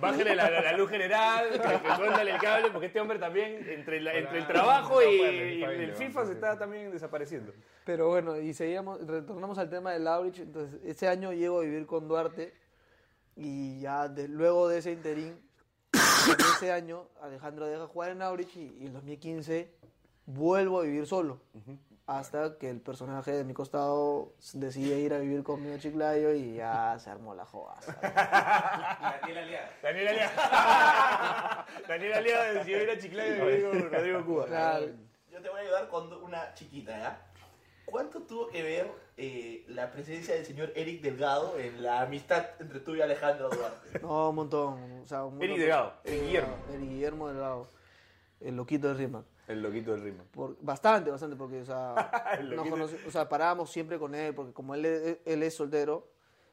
Bájale la, la luz general, que, que córtale el cable, porque este hombre también, entre, la- entre Ah, el trabajo y, y el FIFA, se está también desapareciendo. Pero bueno, y seguíamos, retornamos al tema del outreach. Entonces, ese año llego a vivir con Duarte y ya de- luego de ese interín, en ese año Alejandro deja jugar en outreach y, y en 2015 vuelvo a vivir solo. Hasta que el personaje de mi costado s- decide ir a vivir conmigo a Chiclayo y ya se armó la (laughs) joda. ¿sabes? Daniel Aliaga. Daniel Aliaga decidió ir a Chiclayo y Rodrigo, Rodrigo Cuba. Claro. Yo te voy a ayudar con una chiquita, ¿ya? ¿Cuánto tuvo que ver eh, la presencia del señor Eric Delgado en la amistad entre tú y Alejandro Duarte? No, un montón. O sea, un montón. Eric Delgado, Eric Eric Guillermo. Eric Guillermo Delgado. El loquito de Rima. El loquito del ritmo. Por- bastante, bastante, porque, o sea, El nos loquito. conoci- o sea, parábamos siempre con él, porque como él, es- él es soltero,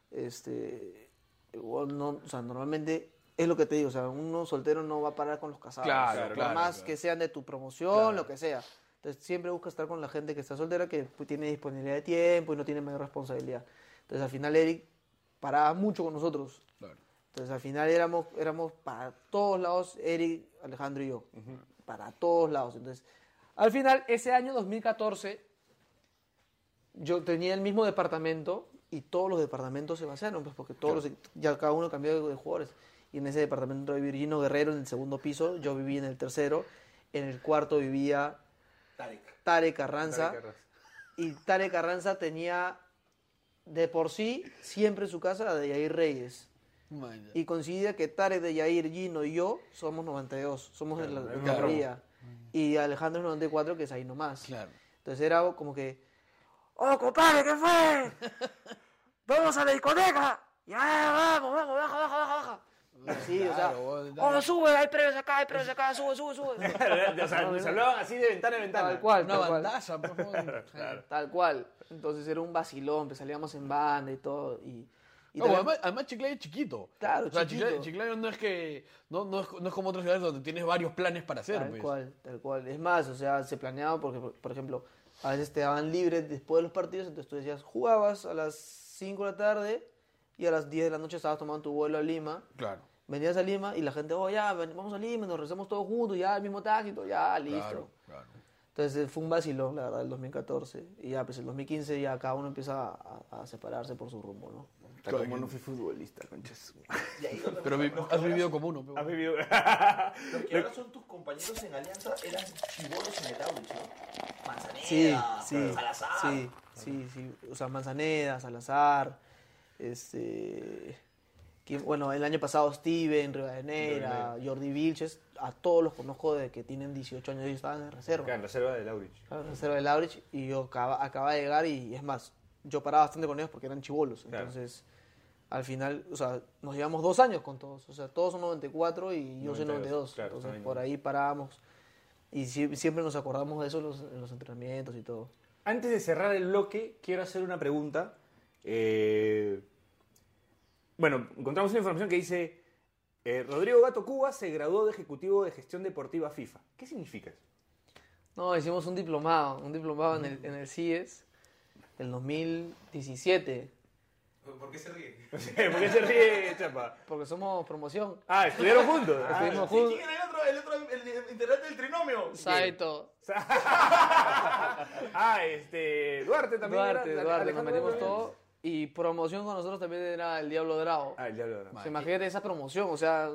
este, igual no, o sea, normalmente es lo que te digo, o sea, uno soltero no va a parar con los casados, Claro, o sea, por claro, más claro. que sean de tu promoción, lo que sea. Entonces siempre busca estar con la gente que está soltera, que pues, tiene disponibilidad de tiempo y no tiene mayor responsabilidad. Entonces al final Eric paraba mucho con nosotros. Entonces al final éramos, éramos para todos lados, Eric, Alejandro y yo. Para todos lados. Entonces, al final, ese año 2014, yo tenía el mismo departamento y todos los departamentos se vaciaron, pues porque todos los- ya cada uno cambió de, de jugadores. Y en ese departamento entró Virgino Guerrero en el segundo piso, yo viví en el tercero, en el cuarto vivía Tarek. Tare Carranza. Y Tare Carranza tenía de por sí siempre en su casa la de Yair Reyes. Y coincidía que Tarek de Yair, Gino y yo somos 92, somos de la de la orilla. Y Alejandro es 94, que es ahí nomás. Claro. Entonces era como que, ¡Oh, compadre, qué (laughs) fue! ¡Vamos a la discoteca! ¡Ya, vamos, vamos, baja, baja, baja, baja! Y así, Claro, o vos, sea, dale. ¡Oh, sube, hay premios acá, hay premios acá, sube, (laughs) sube, sube! O sea, se hablaban así de ventana en Tal ventana. cual, Una tal cual. bandaza, por (laughs) favor. Tal cual. Entonces era un vacilón, pues salíamos en banda y todo. Y, y No, también- además, además Chiclayo es chiquito. Claro, o sea, chiquito. Chiclayo, Chiclayo no es que no, no es, no es como otras ciudades donde tienes varios planes para hacer. tal pues. cual, tal cual. Es más, o sea, se planeaba porque, por- por ejemplo, a veces te daban libre después de los partidos, entonces tú decías, jugabas a las 5 de la tarde y a las 10 de la noche estabas tomando tu vuelo a Lima. Claro. Venías a Lima y la gente, oh, ya, ven- vamos a Lima, nos regresamos todos juntos, ya, el mismo taxi, todo, ya, listo. Claro, claro. Entonces eh, fue un vacilón, la verdad, el 2014. Y ya, pues el 2015 ya cada uno empieza a, a- a separarse por su rumbo, ¿no? Está como no fui futbolista, conchas. Y ahí donde Pero vi- los que has ahora- vivido como uno. pues. Has pero- vivido. Los que ahora son tus compañeros en Alianza eran chivolos en el Aurich, ¿no? Manzanera, Sí, sí, Salazar. sí, sí, sí. O sea, Manzaneda, Salazar, este... que, bueno, el año pasado Steven, Rivadeneira, Jordi Vilches, a todos los conozco desde que tienen 18 años, ellos estaban en reserva. Acá en reserva de Laurich. Claro, reserva del average y yo acaba, acababa de llegar y, y es más, yo paraba bastante con ellos porque eran chivolos. Claro. Entonces, al final, o sea, nos llevamos dos años con todos. O sea, todos son 94 y yo 92, soy 92. claro, entonces, también. por ahí parábamos. Y sie- siempre nos acordamos de eso en los, en los entrenamientos y todo. Antes de cerrar el bloque, quiero hacer una pregunta. Eh, bueno, encontramos una información que dice, eh, Rodrigo Gato Cuba se graduó de Ejecutivo de Gestión Deportiva FIFA. ¿Qué significa (laughs) eso? No, hicimos un diplomado, un diplomado en el, E en el CIES del 2017, ¿Por qué se ríe? ¿Por qué se ríe, Chapa? porque somos promoción. Ah, estuvieron juntos. Ah, Estuvimos ¿Y juntos. quién era el otro, el otro, el, el integrante del trinomio? Saito, (laughs) ah, este, Duarte también. era, Duarte, Duarte, nos Alejandro metimos Duarte. todo. Y promoción con nosotros también era el Diablo Drago. Ah, el diablo de Duarte. O sea, Pues imagínate esa promoción, o sea,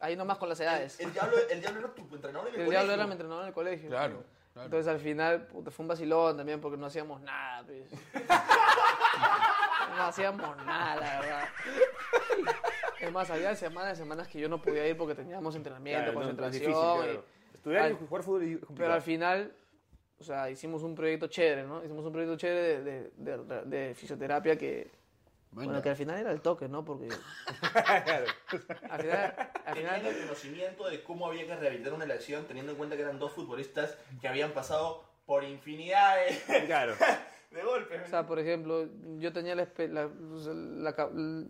ahí nomás con las edades. El diablo, el diablo era tu entrenador en el El diablo colegio. era mi entrenador en el colegio. Claro, claro. Entonces al final puta, fue un vacilón también porque no hacíamos nada. pues. no hacíamos nada, la verdad. Es más, había semanas y semanas que yo no podía ir porque teníamos entrenamiento, Claro, no, no, es concentración. difícil, y- claro. Estudiar Al- y jugar fútbol es complicado. pero al final, o sea, hicimos un proyecto chévere, ¿no? Hicimos un proyecto chévere de, de- de- de fisioterapia que... Bueno, que al final era el toque, ¿no? Porque... al final... Al (laughs) Tenían final el conocimiento de cómo había que rehabilitar una lesión, teniendo en cuenta que eran dos futbolistas que habían pasado por infinidad de, (laughs) Claro. de golpes. O sea, por ejemplo, yo tenía la, espe- la- la ca- l-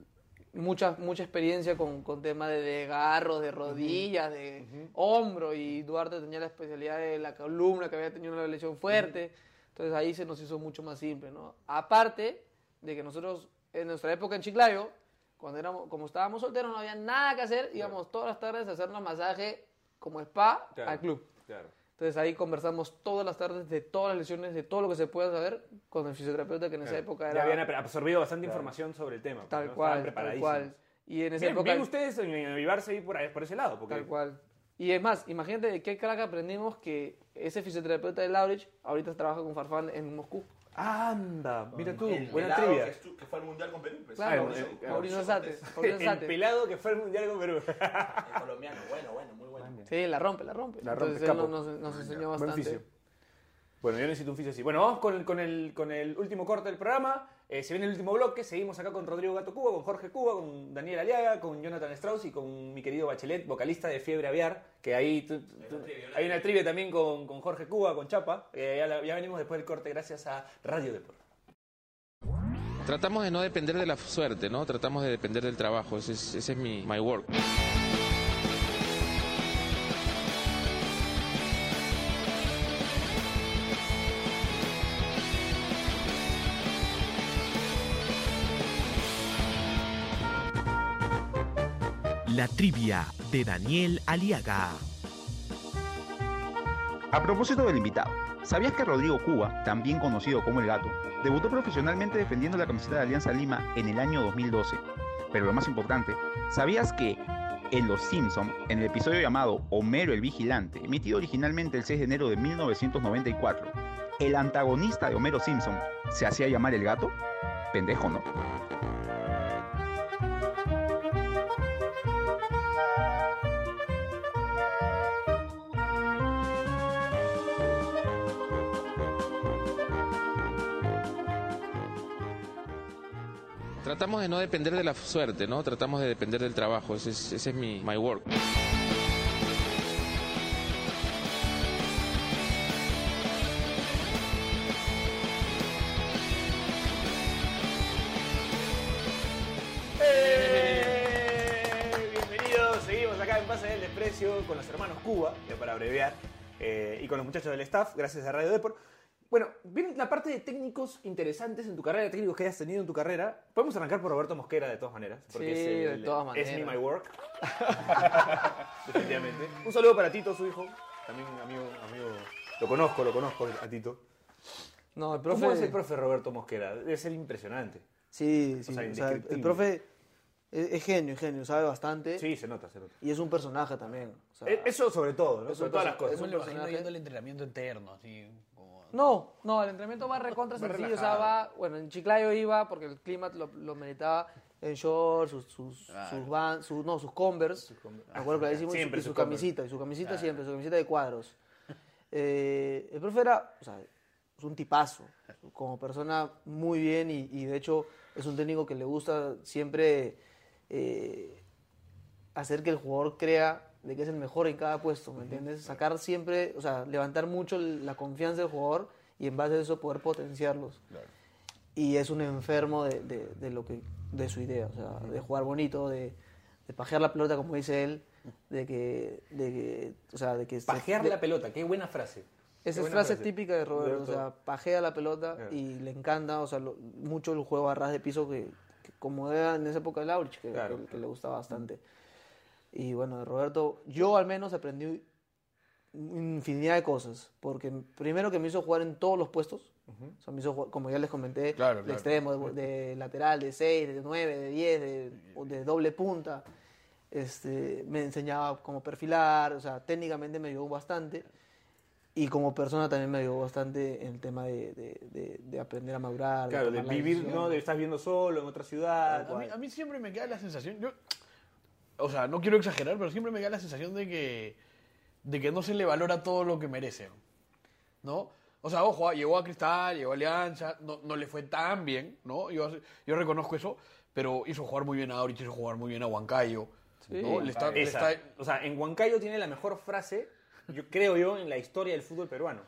mucha, mucha experiencia con, con temas de, de garros, de rodillas, de hombro, y Duarte tenía la especialidad de la columna, que había tenido una lesión fuerte. Entonces ahí se nos hizo mucho más simple, ¿no? Aparte de que nosotros, en nuestra época en Chiclayo, cuando éramos, como estábamos solteros, no había nada que hacer, íbamos todas las tardes a hacernos masaje como spa Claro. al club. Claro. Entonces ahí conversamos todas las tardes de todas las lesiones, de todo lo que se pueda saber con el fisioterapeuta que en esa época Eh, Ya era habían ap- absorbido bastante información sobre el tema. pues, tal ¿no? Estaban cual, tal preparadísimos. cual. Y en esa Bien, época bien ustedes en en avivarse ahí por, ahí- por ese lado. Porque tal cual. Y es más, imagínate de qué crack aprendimos que ese fisioterapeuta de Laurich ahorita trabaja con Farfán en Moscú. Anda, mira tú, El buena pelado trivia. Que, estu- que fue al mundial con Ah, Perú. pues. Claro, Mauricio- el- Mauricio Mauricio Sate. (laughs) Cortés, Mauricio El Sate. pelado que fue al mundial con Perú. el colombiano, bueno, bueno, muy bueno. Sí, la rompe, la rompe. La rompe, Entonces él capo. nos, nos enseñó Buen bastante. fisio. Bueno, yo necesito un fisio así. Bueno, vamos con el, con el, con el último corte del programa. Eh, se viene el último bloque. Seguimos acá con Rodrigo Gato Cuba, con Jorge Cuba, con Daniel Aliaga, con Jonathan Strauss y con mi querido Bachelet, vocalista de Fiebre Aviar. Que ahí tú- tú- hay una trivia también con, con Jorge Cuba, con Chapa. Eh, ya, la- ya venimos después del corte, gracias a Radio Deport. Tratamos de no depender de la suerte, ¿no? Tratamos de depender del trabajo. Ese es, ese es mi my work. La trivia de Daniel Aliaga. A propósito del invitado, ¿sabías que Rodrigo Cuba, también conocido como El Gato, debutó profesionalmente defendiendo la camiseta de Alianza Lima en el año 2012? Pero lo más importante, ¿sabías que en Los Simpson, en el episodio llamado Homero el Vigilante, emitido originalmente el 6 de enero de 1994, el antagonista de Homero Simpson se hacía llamar El Gato? Pendejo, ¿no? Tratamos de no depender de la suerte, ¿no? Tratamos de depender del trabajo. Ese es, ese es mi my work. ¡Eh! Bienvenidos, seguimos acá en Pase del Desprecio con los hermanos Cuba, ya para abreviar, eh, y con los muchachos del staff, gracias a Radio Deport. Bueno, viene la parte de técnicos interesantes en tu carrera, técnicos que hayas tenido en tu carrera. Podemos arrancar por Roberto Mosquera, de todas maneras. Porque Sí, es de todas Es me maneras. my work. (laughs) Definitivamente. Un saludo para Tito, su hijo. También un amigo, amigo. Lo conozco, lo conozco a Tito. No, el profe. ¿Cómo es el profe Roberto Mosquera? Debe ser impresionante. Sí, sea, sí. o sea, el- el indescriptible. profe Es, es genio, es genio, sabe bastante. Sí, se nota, se nota. Y es un personaje también. o sea, E- Eso sobre todo, ¿no? es Sobre un todas perso- las cosas. es un me lo imagino personaje. yendo al entrenamiento interno, así como... No, no, el entrenamiento (laughs) va recontra sencillo. O sea, va, bueno, en Chiclayo iba porque el clima lo, lo meritaba en shorts, sus, sus, sus van- sus- no, sus Converse. Me acuerdo clarísimo. y su- Ah, Siempre y su, sus Converse. camisita, y su camisita siempre, su camisita de cuadros. Eh, el profe era, o sea, es un tipazo. Como persona muy bien y, y de hecho es un técnico que le gusta siempre eh, hacer que el jugador crea de que es el mejor en cada puesto, ¿me entiendes? Sacar siempre, o sea, levantar mucho el- la confianza del jugador y en base a eso poder potenciarlos. Y es un enfermo de, de- de lo que, de su idea, o sea, de jugar bonito, de, de pajear la pelota, como dice él, de que, de que, o sea, de que... se- Pajear de- la pelota, qué buena frase. esa Qué es buena frase frase. típica de Roberto, Roberto. o sea, pajea la pelota y le encanta, o sea, lo- mucho el juego a ras de piso que, que como era en esa época el Aurich, que, Claro. que- que le gustaba bastante. Y bueno, de Roberto, yo al menos aprendí infinidad de cosas, porque primero que me hizo jugar en todos los puestos, o sea, me hizo jugar, como ya les comenté, Claro, de claro. extremo, de, de lateral, de 6, de 9, de 10, de, o de doble punta, este, me enseñaba cómo perfilar, o sea, técnicamente me ayudó bastante. Y como persona también me ayudó bastante en el tema de, de- de- de aprender a madurar. Claro, de tomar las vivir, decisiones. ¿no? De estás viendo solo en otra ciudad. A mí, a mí siempre me queda la sensación, yo, o sea, no quiero exagerar, pero siempre me queda la sensación de que, de que no se le valora todo lo que merece, ¿no? O sea, ojo, ah, llegó a Cristal, llegó a Alianza, no, no le fue tan bien, ¿no? Yo, yo reconozco eso, pero hizo jugar muy bien a Aurich, hizo jugar muy bien a Huancayo, ¿no? Le está- le Esa. está- O sea, en Huancayo tiene la mejor frase, yo creo yo, en la historia del fútbol peruano.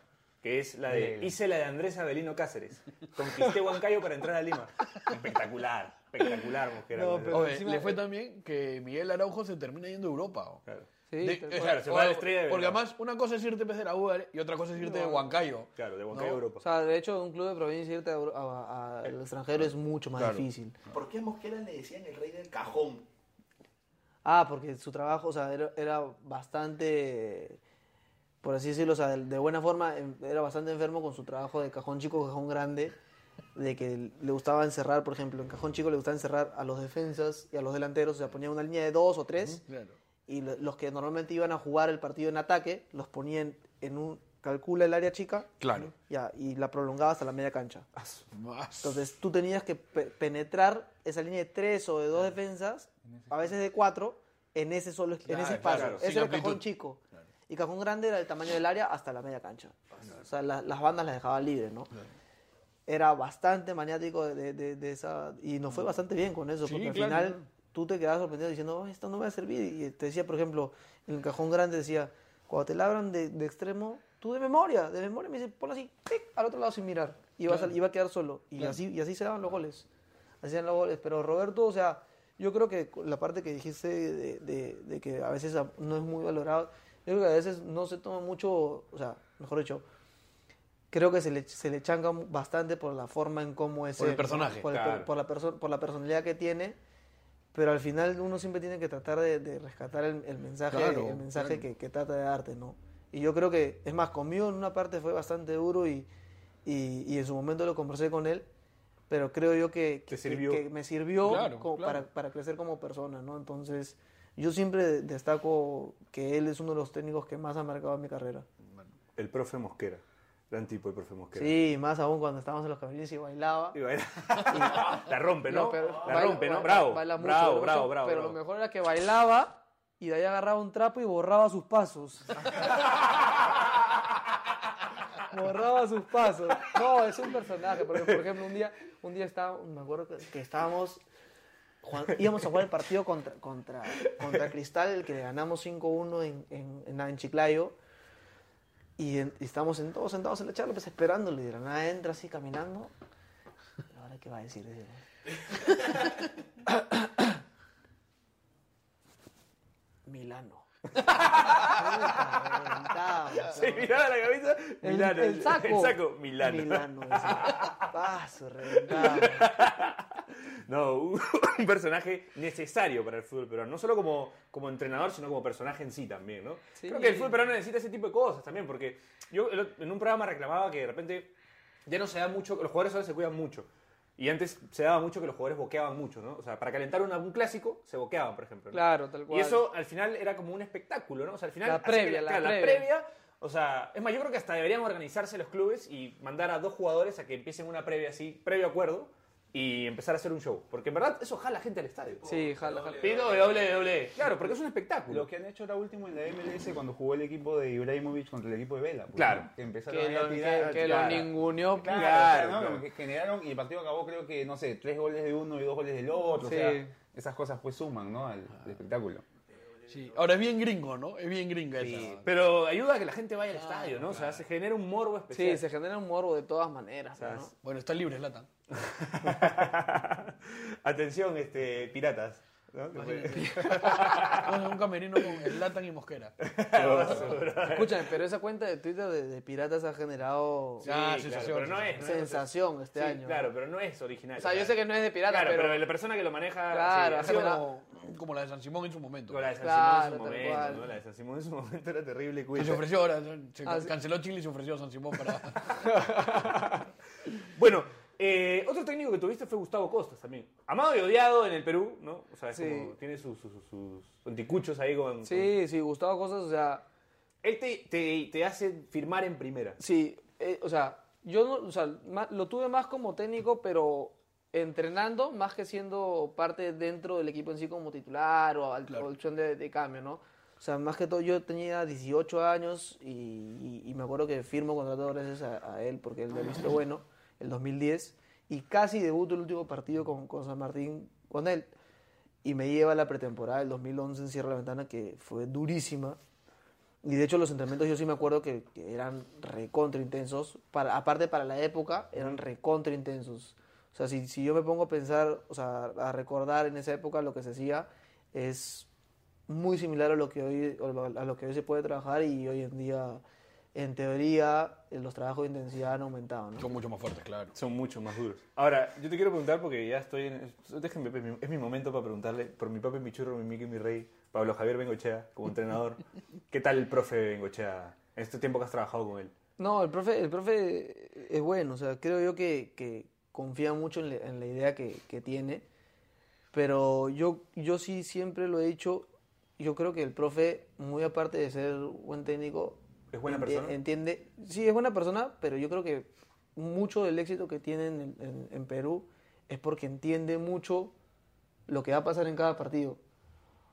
Que es la de. Hice la de Andrés Avelino Cáceres. Conquisté Huancayo para entrar a Lima. Espectacular, espectacular, Mosquera. No, pero oye, le fue también que Miguel Araujo se termina yendo a Europa. ¿o? eh Claro. Sí, De- tal o sea, cual. Claro, se va a la o- estrella de Porque verdad. además, una cosa es irte pues, de la UAR y otra cosa es irte de Huancayo. Claro, de Huancayo a ¿no? Europa. O sea, de hecho, un club de provincia irte a Euro- a- a- al extranjero es mucho más difícil. ¿Por qué a Mosquera le decían el rey del cajón? Ah, porque su trabajo, o sea, era, era bastante, por así decirlo, o sea, de, de buena forma, em- era bastante enfermo con su trabajo de cajón chico, cajón grande, de que le gustaba encerrar, por ejemplo, en cajón chico le gustaba encerrar a los defensas y a los delanteros, o sea, ponía una línea de dos o tres, Claro. y lo- los que normalmente iban a jugar el partido en ataque, los ponían en un, calcula el área chica, Claro. ya, y la prolongaba hasta la media cancha. Más. Entonces tú tenías que pe- penetrar esa línea de tres o de dos defensas, a veces de cuatro, en ese solo en ese espacio. claro, sin ese era el amplitud. cajón chico. Y cajón grande era el tamaño del área hasta la media cancha. O sea, la- las bandas las dejaba libres, ¿no? Era bastante maniático de, de- de- de esa... Y nos fue bastante bien con eso, Sí, porque al claro, final claro. tú te quedabas sorprendido diciendo, "Oh, esto no me va a servir. Y te decía, por ejemplo, en el cajón grande decía, cuando te labran de, de extremo, tú de memoria, de memoria, me dice, ponlo así, tic, al otro lado sin mirar. Y vas a, y va a quedar solo. Y, así, y así se daban los goles. Así se daban los goles. Pero Roberto, o sea, yo creo que con la parte que dijiste de, de- de que a veces a- no es muy valorado, yo creo que a veces no se toma mucho, o sea, mejor dicho, creo que se le, se le changa bastante por la forma en cómo es Por el él, ¿no? personaje, por, el per- claro. por la perso- por la personalidad que tiene pero al final uno siempre tiene que tratar de, de rescatar el, el mensaje, Claro, el mensaje que, que trata de darte, ¿no? Y yo creo que, es más, conmigo en una parte fue bastante duro y, y- y en su momento lo conversé con él, pero creo yo que, Te que- sirvió. que me sirvió Claro, como claro. Para, para crecer como persona, ¿no? Entonces, yo siempre destaco que él es uno de los técnicos que más ha marcado mi carrera. El profe Mosquera. Gran tipo el profe Mosquera. Sí, más aún cuando estábamos en los camarines y bailaba. Y baila- (laughs) La rompe, ¿no? No, pero la baila- rompe, ¿no? baila- Bravo. baila mucho, bravo, baila mucho, bravo, bravo. Pero bravo. lo mejor era que bailaba y de ahí agarraba un trapo y borraba (laughs) sus pasos. borraba sus pasos. No, es un personaje. Porque, por ejemplo, un día, un día estaba, me acuerdo que, que estábamos. Juan- íbamos a jugar el partido contra, contra, contra Cristal, el que le ganamos 5-1 en, en, en- en Chiclayo. Y, en- y estábamos en- todos sentados en la charla, pues esperándolo. Y de la nada entra así caminando. ¿Y ahora qué va a decir? Digo, Milano. Puta, (laughs) reventado. Se miraba la cabeza. El, Milano. el saco. El saco. Milano. Milano. Paso, reventado. No, un (laughs) un personaje necesario para el fútbol peruano. No solo como, como entrenador, sino como personaje en sí también, ¿no? Sí. Creo que el fútbol peruano necesita ese tipo de cosas también, porque yo el ot- en un programa reclamaba que de repente ya no se da mucho, los jugadores ahora se cuidan mucho. Y Y antes se daba mucho que los jugadores boqueaban mucho, ¿no? O sea, para calentar una- un clásico, se boqueaban, por ejemplo. ¿no? Claro, tal cual. Y eso al final era como un espectáculo, ¿no? O sea, al final. La así que previa, la claro, previa. O sea, es más, yo creo que hasta deberían organizarse los clubes y mandar a dos jugadores a que empiecen una previa así, previo acuerdo, y empezar a hacer un show. Porque en verdad eso jala gente al estadio. Sí, jala, jala. Pido WWE. Claro, porque es un espectáculo. E. Lo que han hecho ahora último en la MLS cuando jugó el equipo de Ibrahimovic contra el equipo de Vela. pues, Claro. Que empezaron Que ahí a lo, tirar. que, que lo claro. ninguneó. Claro, Claro, o sea, ¿no? claro. Como que generaron y el partido acabó creo que, no sé, tres goles de uno y dos goles del otro. Sí. O sea, esas cosas pues suman, ¿no? Al, Ah. al espectáculo. Sí. Ahora es bien gringo, ¿no? Es bien gringa Sí, esa. Pero ayuda a que la gente vaya al estadio, ¿no? O sea, se genera un morbo especial. Sí, se genera un morbo de todas maneras. ¿no? Bueno, está libre, Lata. (laughs) Atención, este, piratas. ¿no? Vamos a un camerino con Latan y Mosquera. Escúchame, pero esa cuenta de Twitter de, de piratas ha generado Sí, Ah, claro, sensación, pero no es. no es- sensación este sí, año. Claro, pero no es original. O sea, yo sé que no es de piratas, Claro, pero, pero, la persona que lo maneja. Claro, sí, Es ha sido pero- como, como la de San Simón en su momento. como la de San Simón en Claro, tal su momento, cual. ¿no? La de San Simón en su momento era terrible. Que cuita. se ofreció ahora, se Ah, sí. canceló Chile y se ofreció a San Simón para... Bueno, eh, otro técnico que tuviste fue Gustavo Costas también. Amado y odiado en el Perú, ¿no? O sea, es Sí. como- tiene sus, sus, sus- sus anticuchos ahí con. con- sí, sí, Gustavo Cosas, o sea, Él te, te- te hace firmar en primera. sí, eh, o sea, yo no, o sea, ma- lo tuve más como técnico, pero entrenando más que siendo parte dentro del equipo en sí como titular o al- o opción de, de cambio, ¿no? O sea, más que todo yo tenía 18 años y, y- y me acuerdo que firmo contrato gracias a, a él porque él me ha visto bueno, el 2010, y casi debuto el último partido con, con San Martín con él. y me lleva a la pretemporada del 2011 en Cierra la Ventana, que fue durísima. Y de hecho los entrenamientos yo sí me acuerdo que, que eran recontra intensos. Para, aparte para la época, eran recontra intensos. O sea, si, si yo me pongo a pensar, o sea, a recordar en esa época lo que se hacía, es muy similar a lo que hoy, a lo que hoy se puede trabajar y hoy en día, en teoría, los trabajos de intensidad han aumentado, ¿no? Son mucho más fuertes, claro. Son mucho más duros. Ahora, yo te quiero preguntar porque ya estoy en. Déjenme, es mi, es mi momento para preguntarle por mi papi, mi churro, mi mickey, mi rey, Pablo Javier Bengochea, como (laughs) entrenador. ¿Qué tal el profe Bengochea en este tiempo que has trabajado con él? No, el profe, el profe es bueno, o sea, creo yo que, que confía mucho en, la- en la idea que, que tiene, pero yo, yo sí siempre lo he dicho, yo creo que el profe, muy aparte de ser buen técnico, ¿Es buena enti- persona? E-, Entiende, sí, es buena persona, pero yo creo que mucho del éxito que tiene en, en- en Perú es porque entiende mucho lo que va a pasar en cada partido.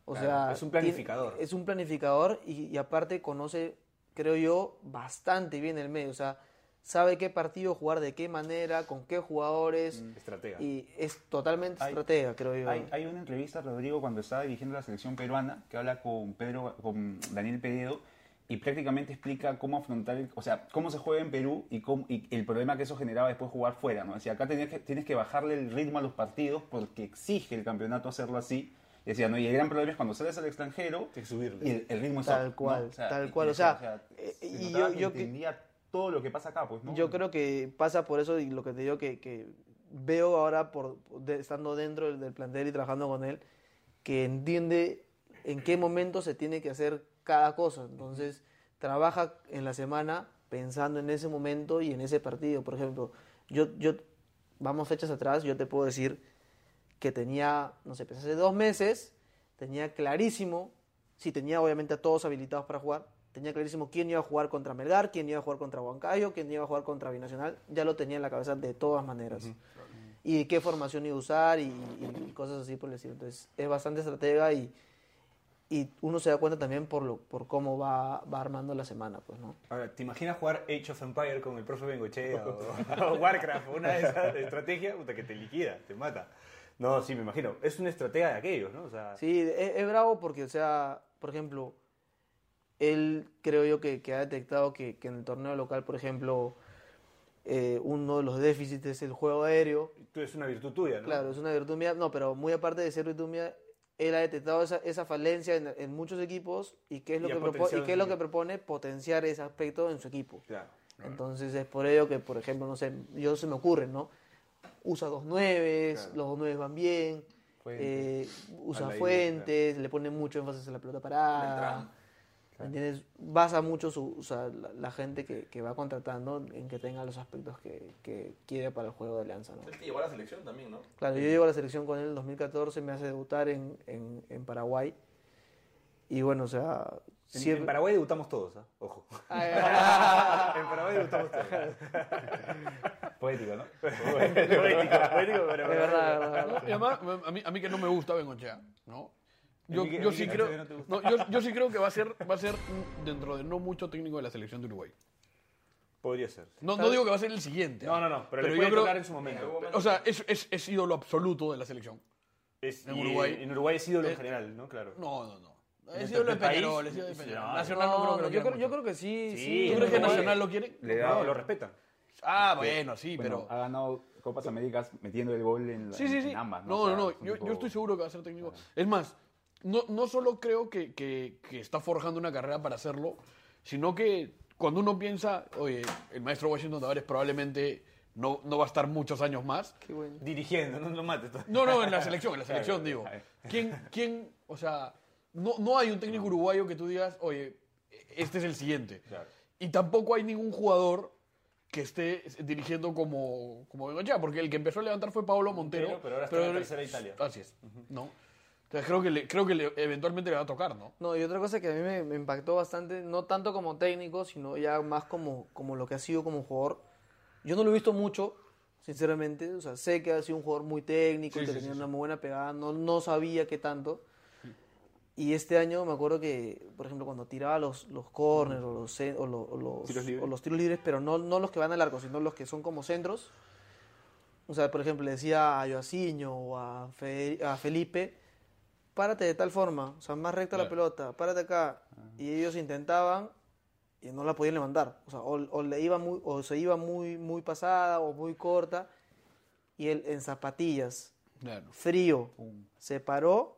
O Claro, sea, es un tiene- planificador. es un planificador y, y aparte conoce, creo yo, bastante bien el medio. O sea, sabe qué partido jugar, de qué manera, con qué jugadores. Estratega. Y es totalmente Hay- estratega, creo yo. Hay, hay una entrevista, Rodrigo, cuando estaba dirigiendo la selección peruana, que habla con Pedro, con Daniel Peredo, y prácticamente explica cómo afrontar, el- o sea, cómo se juega en Perú y, cómo- y el problema que eso generaba después jugar fuera, ¿no? Decía, acá tenías que, tienes que bajarle el ritmo a los partidos porque exige el campeonato hacerlo así. Decía, no, y el gran problema es cuando sales al extranjero Tienes que subirle. y el, el ritmo es Tal otro, ¿no? cual, tal y- cual, y o sea, eh, se y notaba yo- que yo que- entendía todo lo que pasa acá, pues, ¿no? Yo creo que pasa por eso y lo que te digo que, que veo ahora por de- estando dentro del, del plantel y trabajando con él, que entiende en qué momento se tiene que hacer cada cosa. Entonces, trabaja en la semana pensando en ese momento y en ese partido. Por ejemplo, yo, yo vamos fechas atrás, yo te puedo decir que tenía, no sé, pues hace dos meses, tenía clarísimo, sí, tenía obviamente a todos habilitados para jugar, tenía clarísimo quién iba a jugar contra Melgar, quién iba a jugar contra Huancayo, quién iba a jugar contra Binacional, ya lo tenía en la cabeza de todas maneras. Y qué formación iba a usar y, y- y cosas así por el estilo. Entonces, es bastante estratega y, y uno se da cuenta también por, lo, por cómo va, va armando la semana, pues, ¿no? Ahora, ¿te imaginas jugar Age of Empire con el profe Bengochea (laughs) o, o Warcraft? Una de esas estrategias puta, que te liquida, te mata. No, sí, me imagino. Es una estratega de aquellos, ¿no? O sea, Sí, e, es, es bravo porque, o sea, por ejemplo, él creo yo que, que ha detectado que, que en el torneo local, por ejemplo, eh, uno de los déficits es el juego aéreo. tú es una virtud tuya, ¿no? Claro, es una virtud mía. No, pero muy aparte de ser virtud mía, él ha detectado esa, esa falencia en, en muchos equipos y qué es lo Y ha que propo- potenciado y qué en es su lo que propone potenciar ese aspecto en su equipo. Claro. Entonces es por ello que, por ejemplo, no sé, yo se me ocurre, ¿no? Usa dos nueves, los dos nueves van bien, eh, usa Alain, Ah. fuentes, le pone mucho énfasis a la pelota parada. ¿me ¿Entiendes? Basa mucho su, o sea, la, la gente que, que va contratando en que tenga los aspectos que, que quiere para el juego de alianza. ¿no? Él te llevó a la selección también, ¿no? Claro, yo llego a la selección con él en el 2014, me hace debutar en, en- en Paraguay. Y bueno, o sea, En, siempre- en (laughs) (laughs) Paraguay debutamos todos, ¿ah? ojo. Ay, ay, ay. en Paraguay debutamos todos. (laughs) Poético, ¿no? poético, poético, Es pero verdad, es verdad, es verdad. Y además, a mí, a mí que no me gusta Bengochea, ¿no? Yo, A mí que- a yo mí sí que creo, no te no, yo, yo sí creo que va a ser, va a ser mm, dentro de no mucho técnico de la selección de Uruguay. podría ser. No, no digo que va a ser el siguiente. ¿ah? No, no, no, pero, le yo puede creo- tocar en su momento. O sea, es, es, es ídolo absoluto de la selección. Es- en y Uruguay. En Uruguay es ídolo en Eh, general, ¿no? Claro. No, no, no. Es este ídolo de país, Peñarol, es ídolo de sí, Peñarol. no, Nacional no creo que lo yo, quiera creo, yo mucho. creo que sí. Sí, sí, ¿Tú que crees que Uruguay- Nacional lo quiere? Le da- No, lo respetan. Ah, bueno, sí, Bueno, pero... eh, ha ganado Copas Américas metiendo el gol en, la- Sí, sí, en sí. ambas. No, no, O sea, no. es un Yo, tipo- yo estoy seguro que va a ser técnico. Es más, no, no solo creo que, que- que está forjando una carrera para hacerlo, sino que cuando uno piensa, oye, el maestro Washington Tavares probablemente no, no va a estar muchos años más. Qué bueno. Dirigiendo, no lo mates. todavía. No, no, en la selección, en la selección, digo. ¿Quién, quién, o sea, no, no hay un técnico uruguayo que tú digas, oye, este es el siguiente. Y tampoco hay ningún jugador que esté dirigiendo como, como Bengochea, porque el que empezó a levantar fue Pablo Montero. Montero, pero ahora está en la tercera Italia. Así es, ¿no? O sea, creo que, le- creo que le- eventualmente le va a tocar, ¿no? No, y otra cosa que a mí me, me impactó bastante, no tanto como técnico, sino ya más como, como lo que ha sido como jugador. Yo no lo he visto mucho, sinceramente. O sea, sé que ha sido un jugador muy técnico, y que tenía una muy buena pegada. No, no sabía qué tanto. Y este año me acuerdo que, por ejemplo, cuando tiraba los, los corners o los, cen- o lo- o los- o los tiros libres, pero no, no los que van al arco, sino los que son como centros. O sea, por ejemplo, le decía a Joaciño o a, Fe- a Felipe, párate de tal forma, o sea, más recta la pelota, párate acá. Ah. Y ellos intentaban y no la podían levantar. O sea, o, o le iba muy, o se iba muy, muy pasada o muy corta. Y él en zapatillas, Claro, frío, se paró,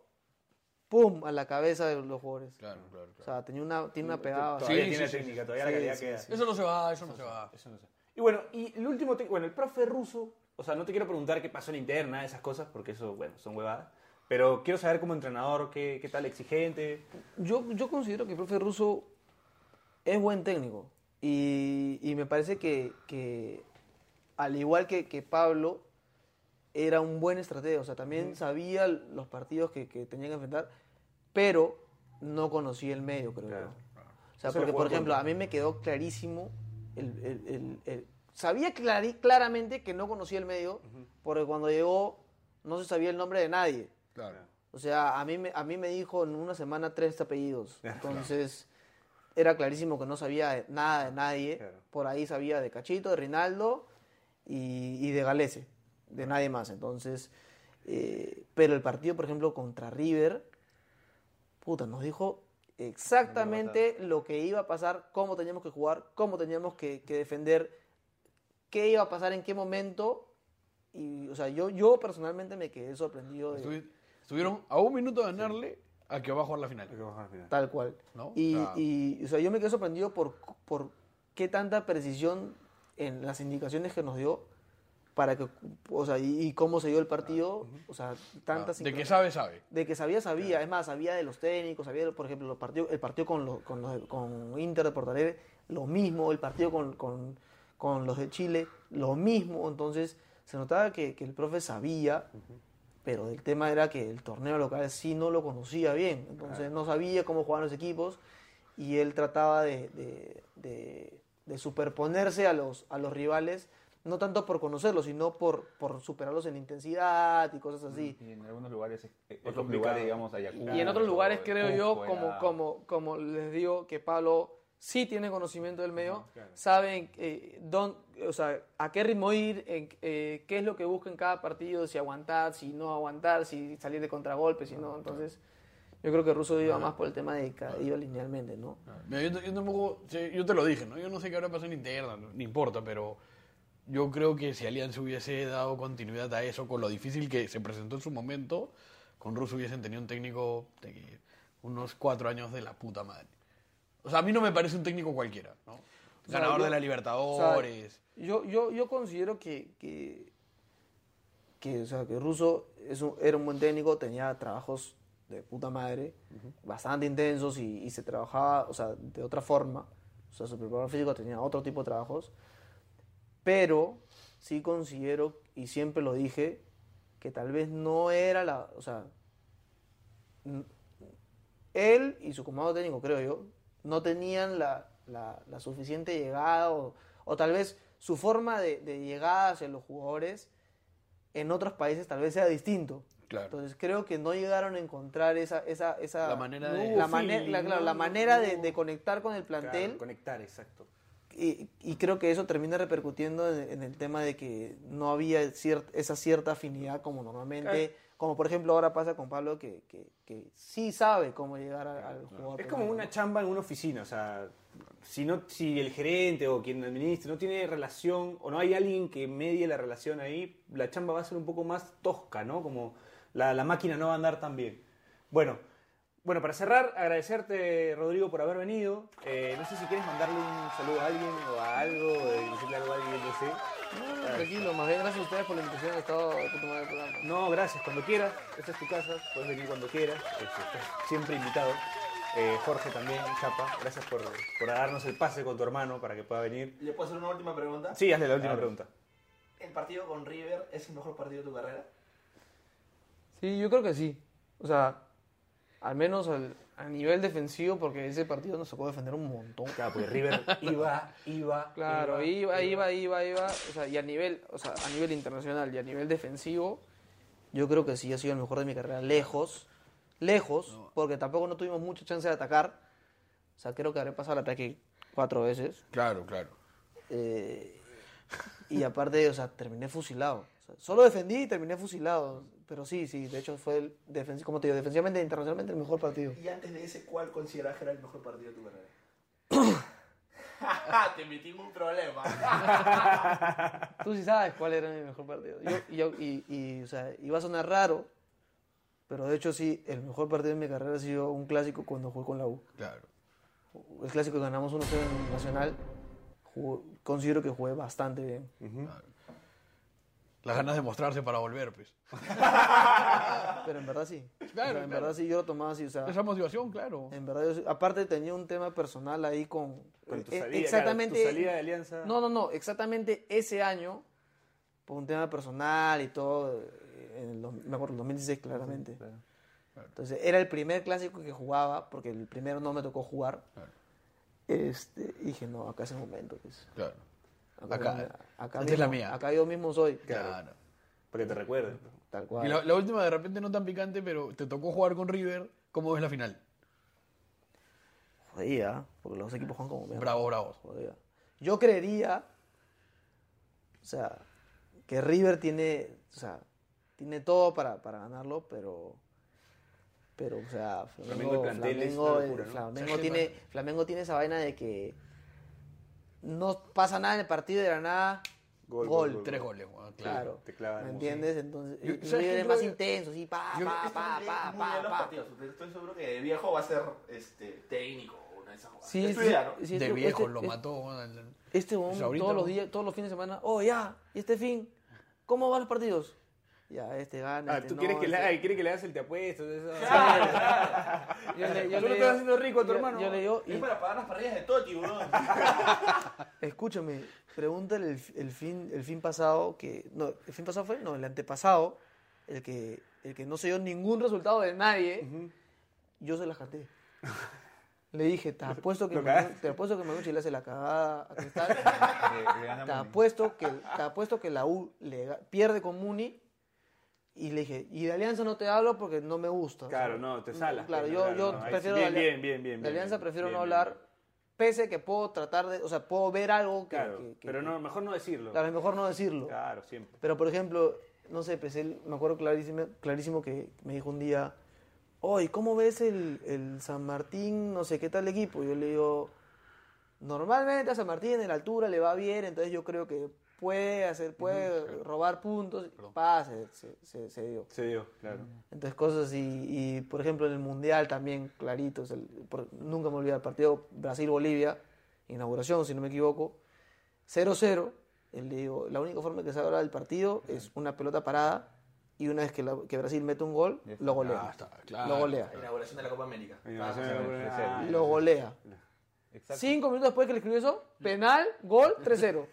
pum, a la cabeza de los jugadores. claro, claro. O sea, tenía una, tiene una pegada. Todavía Sí, tiene sí, técnica, todavía la Sí, calidad sí, queda. Eso no se va, eso no se va. Eso no sé. Y bueno, y el último, te- bueno, el profe ruso, o sea, no te quiero preguntar qué pasó en interna, esas cosas, porque eso, bueno, son huevadas, pero quiero saber como entrenador qué, qué tal exigente. Yo, yo considero que el profe Russo es buen técnico. Y, y me parece que, que al igual que, que Pablo, era un buen estratega. O sea, también sabía l- los partidos que, que tenía que enfrentar, pero no conocía el medio, creo Claro, yo. O sea, Eso le porque, jugó por en ejemplo, contra. a mí me quedó clarísimo el- el- el- el- sabía clari- claramente que no conocía el medio, porque cuando llegó no se sabía el nombre de nadie. Claro. O sea, a mí, me, a mí me dijo en una semana tres apellidos. Entonces, era clarísimo que no sabía de- nada de nadie. Claro. Por ahí sabía de Cachito, de Rinaldo y, y de Galese. De nadie más. Entonces, eh, pero el partido, por ejemplo, contra River, puta, nos dijo exactamente lo que iba a pasar, cómo teníamos que jugar, cómo teníamos que, que defender, qué iba a pasar, en qué momento. Y, o sea, yo, yo personalmente me quedé sorprendido de... Estuvi- estuvieron a un minuto de ganarle a que va a jugar la final. Tal cual. ¿No? Y, Claro. y, o sea, yo me quedé sorprendido por, por qué tanta precisión en las indicaciones que nos dio para que, o sea, y, y cómo se dio el partido, o sea, tantas Ah, De que sabe, sabe. de que sabía, sabía. Es más, sabía de los técnicos, sabía, de, por ejemplo, los partidos, el partido con, los- con, los de- con Inter de Porto Alegre, lo mismo, el partido con, con- con los de Chile, lo mismo. Entonces, se notaba que, que el profe sabía, pero el tema era que el torneo local sí no lo conocía bien. Entonces, no sabía cómo jugaban los equipos y él trataba de, de- de- de superponerse a los, a los rivales. No tanto por conocerlos, sino por, por superarlos en intensidad y cosas así. Y en algunos lugares, es- eh, otros lugares, digamos, Ayacucho. Y en otros lugares creo yo, Cusco, como, era- como, como les digo, que Pablo sí tiene conocimiento del medio, sabe eh, dón- o sea, a qué ritmo ir, en- eh, qué es lo que busca en cada partido, si aguantar, si no aguantar, si salir de contragolpe, si no. Entonces, yo creo que Russo iba más por el tema de que iba linealmente, ¿no? Mira, yo, t- yo tampoco, sé- yo te lo dije, ¿no? Yo no sé qué habrá pasado en interna, no, ni importa, pero yo creo que si Alianza hubiese dado continuidad a eso, con lo difícil que se presentó en su momento, con Russo hubiesen tenido un técnico de que unos cuatro años de la puta madre. O sea, a mí no me parece un técnico cualquiera, ¿no? sea, Ganador yo- de la O sea, Libertadores. yo, yo, yo considero que, que, que, o sea, que Russo es un- era un buen técnico, tenía trabajos de puta madre, bastante intensos y, y se trabajaba, o sea, de otra forma. O sea, su preparador físico tenía otro tipo de trabajos. Pero sí considero, y siempre lo dije, que tal vez no era la. O sea, n- él y su comando técnico, creo yo, no tenían la, la- la suficiente llegada o, o tal vez su forma de, de llegada hacia los jugadores en otros países tal vez sea distinto. Claro. Entonces creo que no llegaron a encontrar esa, esa, esa La manera de- la, No, mane- feeling, la- claro, la no, manera no. de, de conectar con el plantel Claro, conectar, exacto. y, y creo que eso termina repercutiendo en, en el tema de que no había cier- esa cierta afinidad como normalmente, como por ejemplo ahora pasa con Pablo que, que, que sí sabe cómo llegar a- al jugador. Es como una chamba en una oficina, o sea, si, no, si el gerente o quien administra no tiene relación o no hay alguien que medie la relación ahí, la chamba va a ser un poco más tosca, ¿no? Como la, la máquina no va a andar tan bien. Bueno, bueno, para cerrar, agradecerte, Rodrigo, por haber venido. Eh, no sé si quieres mandarle un saludo a alguien o a algo, eh, decirle algo a alguien, no sé. Tranquilo, más bien gracias a ustedes por la invitación, ha estado de puta madre el programa. No, gracias, cuando quieras. Esta es tu casa, puedes venir cuando quieras. este, Estás siempre invitado. Eh, Jorge también, Chapa, gracias por, por darnos el pase con tu hermano para que pueda venir. ¿Le puedo hacer una última pregunta? Sí, hazle la última pregunta. ¿El partido con River es el mejor partido de tu carrera? Sí, yo creo que sí. O sea, al menos al- a nivel defensivo, porque ese partido nos tocó defender un montón. Claro, porque (laughs) River iba, iba. Claro, iba, iba, iba, iba. O sea, y a nivel, o sea, a nivel internacional y a nivel defensivo, yo creo que sí ha sido el mejor de mi carrera. Lejos, lejos, porque tampoco no tuvimos mucha chance de atacar. O sea, creo que habré pasado el ataque cuatro veces. Claro, claro. Eh, y aparte, o sea, terminé fusilado. O sea, solo defendí y terminé fusilado. Pero sí, sí, de hecho fue el defensi- como te digo, defensivamente e internacionalmente el mejor partido. Y antes de ese, ¿cuál consideras que era el mejor partido de tu carrera? Te metí en un problema. Tú sí sabes cuál era mi mejor partido. Yo- y yo- y, y, o sea, iba a sonar raro, pero de hecho sí, el mejor partido de mi carrera ha sido un clásico cuando jugué con la U. Claro. El clásico que ganamos 1-0 en el Nacional, jugué- considero que jugué bastante bien. Las ganas de mostrarse para volver, pues. Pero en verdad sí. O sea, Claro, en claro. verdad sí, yo lo tomaba así. O sea, Esa motivación, claro. en verdad, yo sí- aparte tenía un tema personal ahí con... Con tu eh, salida, claro, exactamente, tu salida de Alianza. No, no, no, exactamente ese año, por un tema personal y todo, eh, en el, dos- me acuerdo, el 2016 claramente. Entonces era el primer clásico que jugaba, porque el primero no me tocó jugar. Este, y dije, no, acá es el momento. pues. Claro. Acá, Acá- acá esta es mismo- la mía. acá yo mismo soy. Claro. Para que te recuerden. Tal cual. Y la, la última, de repente no tan picante, pero te tocó jugar con River. ¿Cómo ves la final? Jodida, porque los dos equipos juegan como mierda. Bravo, bravo. Jodida. Yo creería, o sea, que River tiene, o sea, tiene todo para, para ganarlo, pero, pero, o sea, Flamengo, el Flamengo, plantel es Flamengo, una locura, eh, ¿no? Flamengo O sea, tiene, que- Flamengo tiene esa vaina de que no pasa nada en el partido y de la nada, gol, Tres goles, weón, claro. claro, te clavan, ¿me sí. entiendes? Entonces, Yo- y ¿sabes River qué? es Yo- más intenso, sí, pa, yo- pa, Es un pa, rey pa, muy bien pa, los pa. partidos. Estoy seguro que de viejo va a ser este, técnico o una de esas jugadas. Sí, Es tu sí, idea, ¿no? sí, de este- viejo este- lo este- mató. weón. Este huevón Pues ahorita todos no. los días, todos los fines de semana, oh ya, y este fin, ¿cómo van los partidos? Ya, este gana. Ah, este tú no, quieres, que le, este- ay, quieres que le hagas el te apuesto. Eso? (laughs) Yo le- yo Tú lo le digo- estás haciendo rico a tu yo- hermano. Yo le digo, y- Es para pagar las parrillas de Toti, bro. escúchame, pregúntale el, el fin, el fin pasado que. No, ¿el fin pasado fue? No, el antepasado, el que, el que no se dio ningún resultado de nadie, yo se la canté. Le dije, (laughs) te apuesto que, Lo Manu- cagaste. te apuesto que Manucci le hace la cagada (laughs) a Cristal. Le, le gana Te Muni. apuesto que, te apuesto que la U le ga- pierde con Muni. Y le dije, y de Alianza no te hablo porque no me gusta. o sea, Claro, no, te salas. Claro, pues, yo, claro, yo no, ahí sí. prefiero. Bien, de Alia- bien, bien, bien, De Alianza bien, prefiero bien, no bien. hablar. Pese que puedo tratar de. O sea, puedo ver algo que. Claro, que- que- pero no, mejor no decirlo. claro, es mejor no decirlo. Claro, siempre. Pero por ejemplo, no sé, pues él- me acuerdo clarísimo, clarísimo que me dijo un día, oye, ¿cómo ves el, el San Martín, no sé qué tal equipo? Yo le digo, normalmente a San Martín en la altura le va bien, entonces yo creo que puede hacer, puede robar puntos, pase, se, se- se dio. Se dio, claro. Entonces cosas así, y por ejemplo en el Mundial también, clarito, o sea, el- por- nunca me olvidé el partido Brasil-Bolivia, inauguración si no me equivoco, 0-0, él le digo, la única forma que se abra el partido es una pelota parada y una vez que, la- que Brasil mete un gol, Ya está. lo golea. Lo golea. La inauguración de la Copa América. Ah, Lo golea. exacto. Cinco minutos después que le escribió eso, penal, gol, 3-0.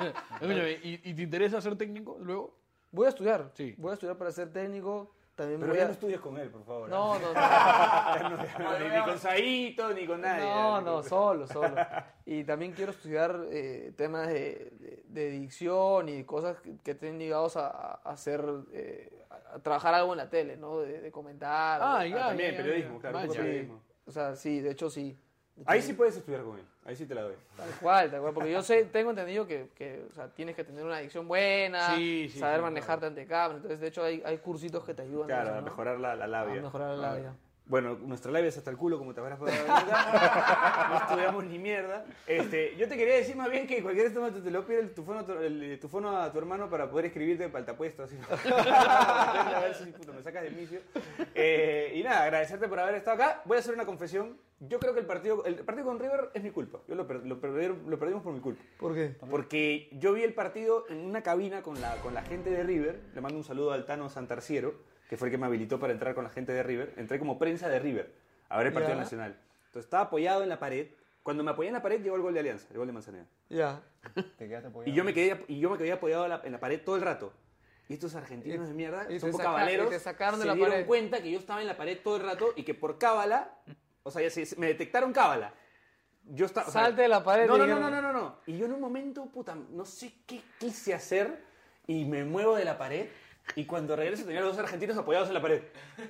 Escúchame, ¿y, y te interesa ser técnico luego? Voy a estudiar. Sí. Voy a estudiar para ser técnico. También Pero voy ya a- no estudies con él, por favor. No, no, no. (laughs) ni, ni con Saito, ni con nadie. No, no, (laughs) solo, solo. Y también quiero estudiar eh, temas de, de- de dicción y cosas que, que estén ligados a, a hacer, eh, a, a trabajar algo en la tele, ¿no? De, de comentar. Ah, de- ya. También ya, ya, periodismo, ya. claro. Vaya. poco periodismo. O sea, sí, de hecho sí. De Ahí hecho, sí puedes estudiar con él. Ahí sí te la doy. Tal cual, tal cual. Porque yo sé, tengo entendido que, que, o sea, tienes que tener una adicción buena, Sí, sí, saber sí, manejarte ante cámara. Entonces, de hecho, hay, hay cursitos que te ayudan. a Claro, eso, a ¿no? mejorar la, la labia. A mejorar la labia. Bueno, nuestra labia es hasta el culo, como te habrás (laughs) podido dar cuenta. No estudiamos ni mierda. Este, yo te quería decir más bien que cualquier momento te lo pide el tufono, a tu- el tufono a tu hermano para poder escribirte para el tapuesto. Así. (laughs) a ver si puto, me sacas de misio. Eh, y nada, agradecerte por haber estado acá. Voy a hacer una confesión. Yo creo que el partido, el partido con River es mi culpa. Yo lo, per- lo perdieron- lo perdimos por mi culpa. ¿Por qué? Porque yo vi el partido en una cabina con la, con la gente de River. Le mando un saludo al Tano Santarciero, que fue el que me habilitó para entrar con la gente de River. Entré como prensa de River a ver el partido Ya. nacional. Entonces estaba apoyado en la pared. Cuando me apoyé en la pared llegó el gol de Alianza, el gol de Manzaneda. Ya. Te quedaste apoyado. Y yo me quedé, y yo me quedé apoyado a la- en la pared todo el rato. Y estos argentinos de mierda, y te son poco saca- cabaleros, y te sacaron de se la dieron pared. cuenta que yo estaba en la pared todo el rato y que por cábala, o sea, ya se- se- me detectaron cábala. Yo estaba, o sea, Salte de la pared. no, le no, no, dijeron. no, no, no, no. Y yo en un momento, puta, no sé qué quise hacer y me muevo de la pared. Y cuando regreso tenía a los dos argentinos apoyados en la pared.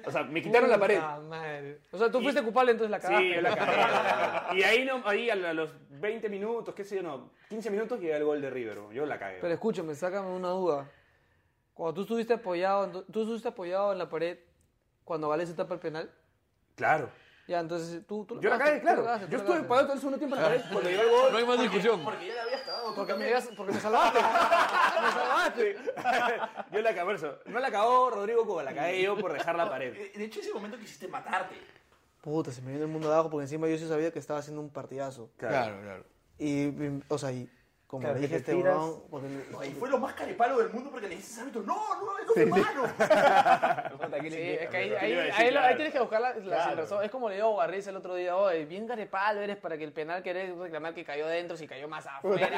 O sea, me quitaron la pared. Puta madre. O sea, tú fuiste culpable, entonces la cagaste. Sí, yo la cagué, la cagué. Y ahí, no, ahí a, a los 20 minutos, qué sé yo, no, 15 minutos llega el gol de River. bro. Yo la cagué. Pero escúchame, sácame una duda. Cuando tú estuviste apoyado, en tu- tú estuviste apoyado en la pared cuando Valencia tapa el penal. Claro. Ya, entonces tú, tú Yo la cagué, cagaste, tú claro. cagaste, tú Yo la estuve cagaste. parado todo el segundo tiempo (laughs) en la pared cuando llegó el gol. No hay más discusión. Porque ya la había acabado. Porque me, habías- porque me salvaste. (laughs) me salvaste. Yo la cagué, por eso. No la cagó Rodrigo Cuba, la cagué yo por dejar la pared. Eh, De hecho, ese momento quisiste matarte. Puta, se me vino el mundo abajo porque encima yo sí sabía que estaba haciendo un partidazo. Claro, claro. Y, y, o sea, y como Claro, le que dije a te este tiras. huevón, porque me- No, y fue lo más carepalo del mundo porque le dices al árbitro, no, no, no (laughs) fue mano. Sí, es que ahí, Yo ahí, iba a decir, ahí lo- ahí claro. tienes que buscar la, la sin razón. Es como le digo a Barriz el otro día, oye, bien garepalo eres para que el penal querés reclamar que cayó dentro si cayó más afuera.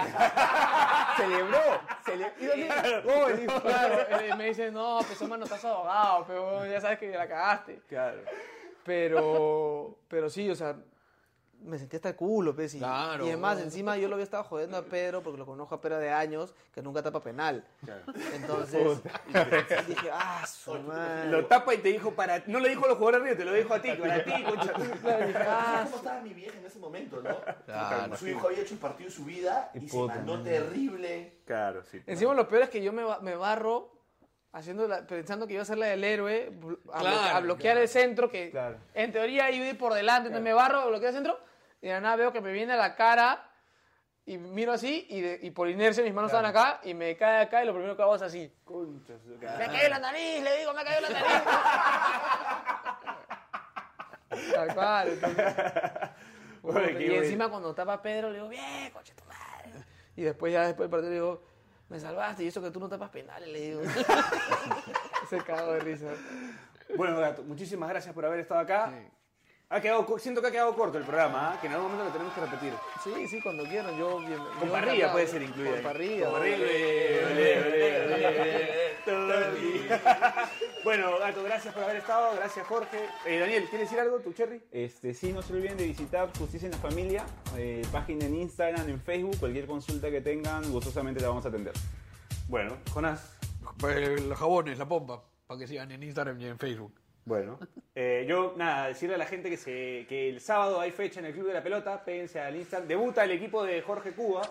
Celebró. Celebró. Gol, hijo. claro, y me dice, no, pues somos no estás abogado, pero ya sabes que la cagaste. Claro. Pero, pero sí, o sea, me sentí hasta el culo, pues. Y, Claro. y además, encima yo lo había estado jodiendo a Pedro, porque lo conozco a Pedro de años, que nunca tapa penal. Entonces, (laughs) dije, ah, su madre. Lo tapa y te dijo para. No le dijo a los jugadores arriba, te lo dijo a ti, para ti, concha. Claro, dije, ah, ¿Cómo estaba mi vieja en ese momento, no? Claro. Su hijo había hecho un partido de su vida y, se mandó terrible. Claro, sí. Encima lo peor es que yo me, ba- me barro haciendo la- pensando que iba a ser la del héroe, bl- a, Claro, bloque- a bloquear claro. el centro, que en teoría iba a ir por delante, entonces me barro, a bloquear el centro, y de la nada veo que me viene a la cara, y miro así, y, de- y por inercia mis manos estaban acá, y me cae acá, y lo primero que hago es así. Me cayó la nariz, le digo, me cayó la nariz. (laughs) Tal cual. entonces- Oye, qué y (laughs) bueno. encima cuando tapa Pedro, le digo, bien, coche tu madre. Y después ya después del partido le digo, me salvaste, y eso que tú no tapas penales, le (laughs) digo. Se cago de risa. Bueno, gato, muchísimas gracias por haber estado acá. Ha quedado, co- siento que ha quedado corto el programa, ¿ah? que en algún momento lo tenemos que repetir. Sí, sí, cuando quieran, yo bien. Con parrilla puede ser incluida. Con ahí. parrilla. Con parrilla. Bueno, Gato, gracias por haber estado. Gracias, Jorge. Eh, Daniel, ¿quieres decir algo? ¿Tu cherry? Este, sí, no se olviden de visitar Justicia en la Familia, eh, página en Instagram, en Facebook, cualquier consulta que tengan, gustosamente la vamos a atender. Bueno, Jonás. Pues, Los jabones, la pompa, para que sigan en Instagram y en Facebook. Bueno. (laughs) Eh, yo, nada, decirle a la gente que, se, que el sábado hay fecha en el Club de la Pelota. Péguense al Instagram. Debuta el equipo de Jorge Cuba.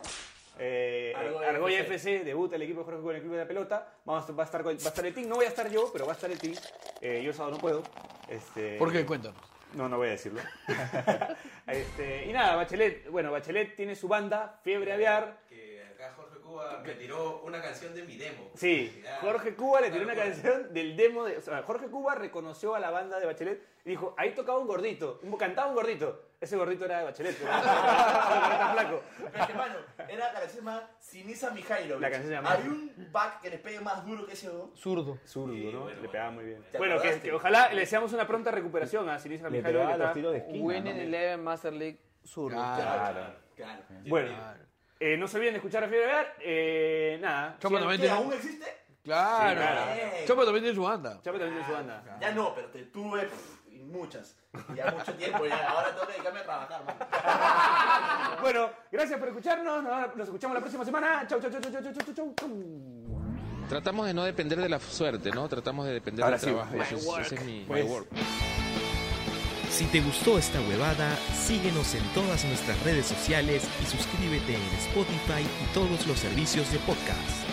Eh, Argolla Argolla FC. FC. Debuta el equipo de Jorge Cuba en el Club de la Pelota. Vamos, a- va, a estar, con- va a estar el team. No voy a estar yo, pero va a estar el team. Eh, yo el sábado no puedo. Este, ¿Por qué? Cuéntanos. No, no voy a decirlo. (laughs) Este, y nada, Bachelet, bueno, Bachelet tiene su banda, Fiebre Aviar. Que acá Jorge Cuba Cuba me tiró una canción de mi demo. Sí, Ya. Jorge Cuba le tiró Tal una cual. canción del demo de. O sea, Jorge Cuba reconoció a la banda de Bachelet y dijo: ahí tocaba un gordito, un- cantaba un gordito. Ese gordito era de Bachelet, pero pero está flaco. (laughs) Pero que, mano, era la canción más Sinisa Mijairo. La canción se llamaba- Hay un pack que le pegue más duro que ese dos. Zurdo. Zurdo, ¿no? le pegaba muy bien. ¿Te Bueno, que, acordaste? que ojalá le deseamos una pronta recuperación a Sinisa Le Mijailo. que pegaba los está- tiros de esquina. Winning ¿no? Eleven Master League Zurdo. Claro. Claro. Bueno, eh, no se olviden de escuchar a Fiebre Ver. Eh, nada. Chopa ¿Que también tiene. aún existe? Claro. claro. Chopa también tiene su banda. Chapo también tiene su banda. Ya no, pero te tuve pff, y muchas. Ya mucho tiempo, ya. Ahora tengo que dedicarme a trabajar, mano. Bueno, gracias por escucharnos. Nos, nos escuchamos la próxima semana. Chau, chau, chau, chau, chau, chau, chau, chau, chau. Tratamos de no depender de la suerte, ¿no? Tratamos de depender Ahora del sí, trabajo. my Ese es- ese es mi my Pues, work. Si te gustó esta huevada, síguenos en todas nuestras redes sociales y suscríbete en Spotify y todos los servicios de podcast.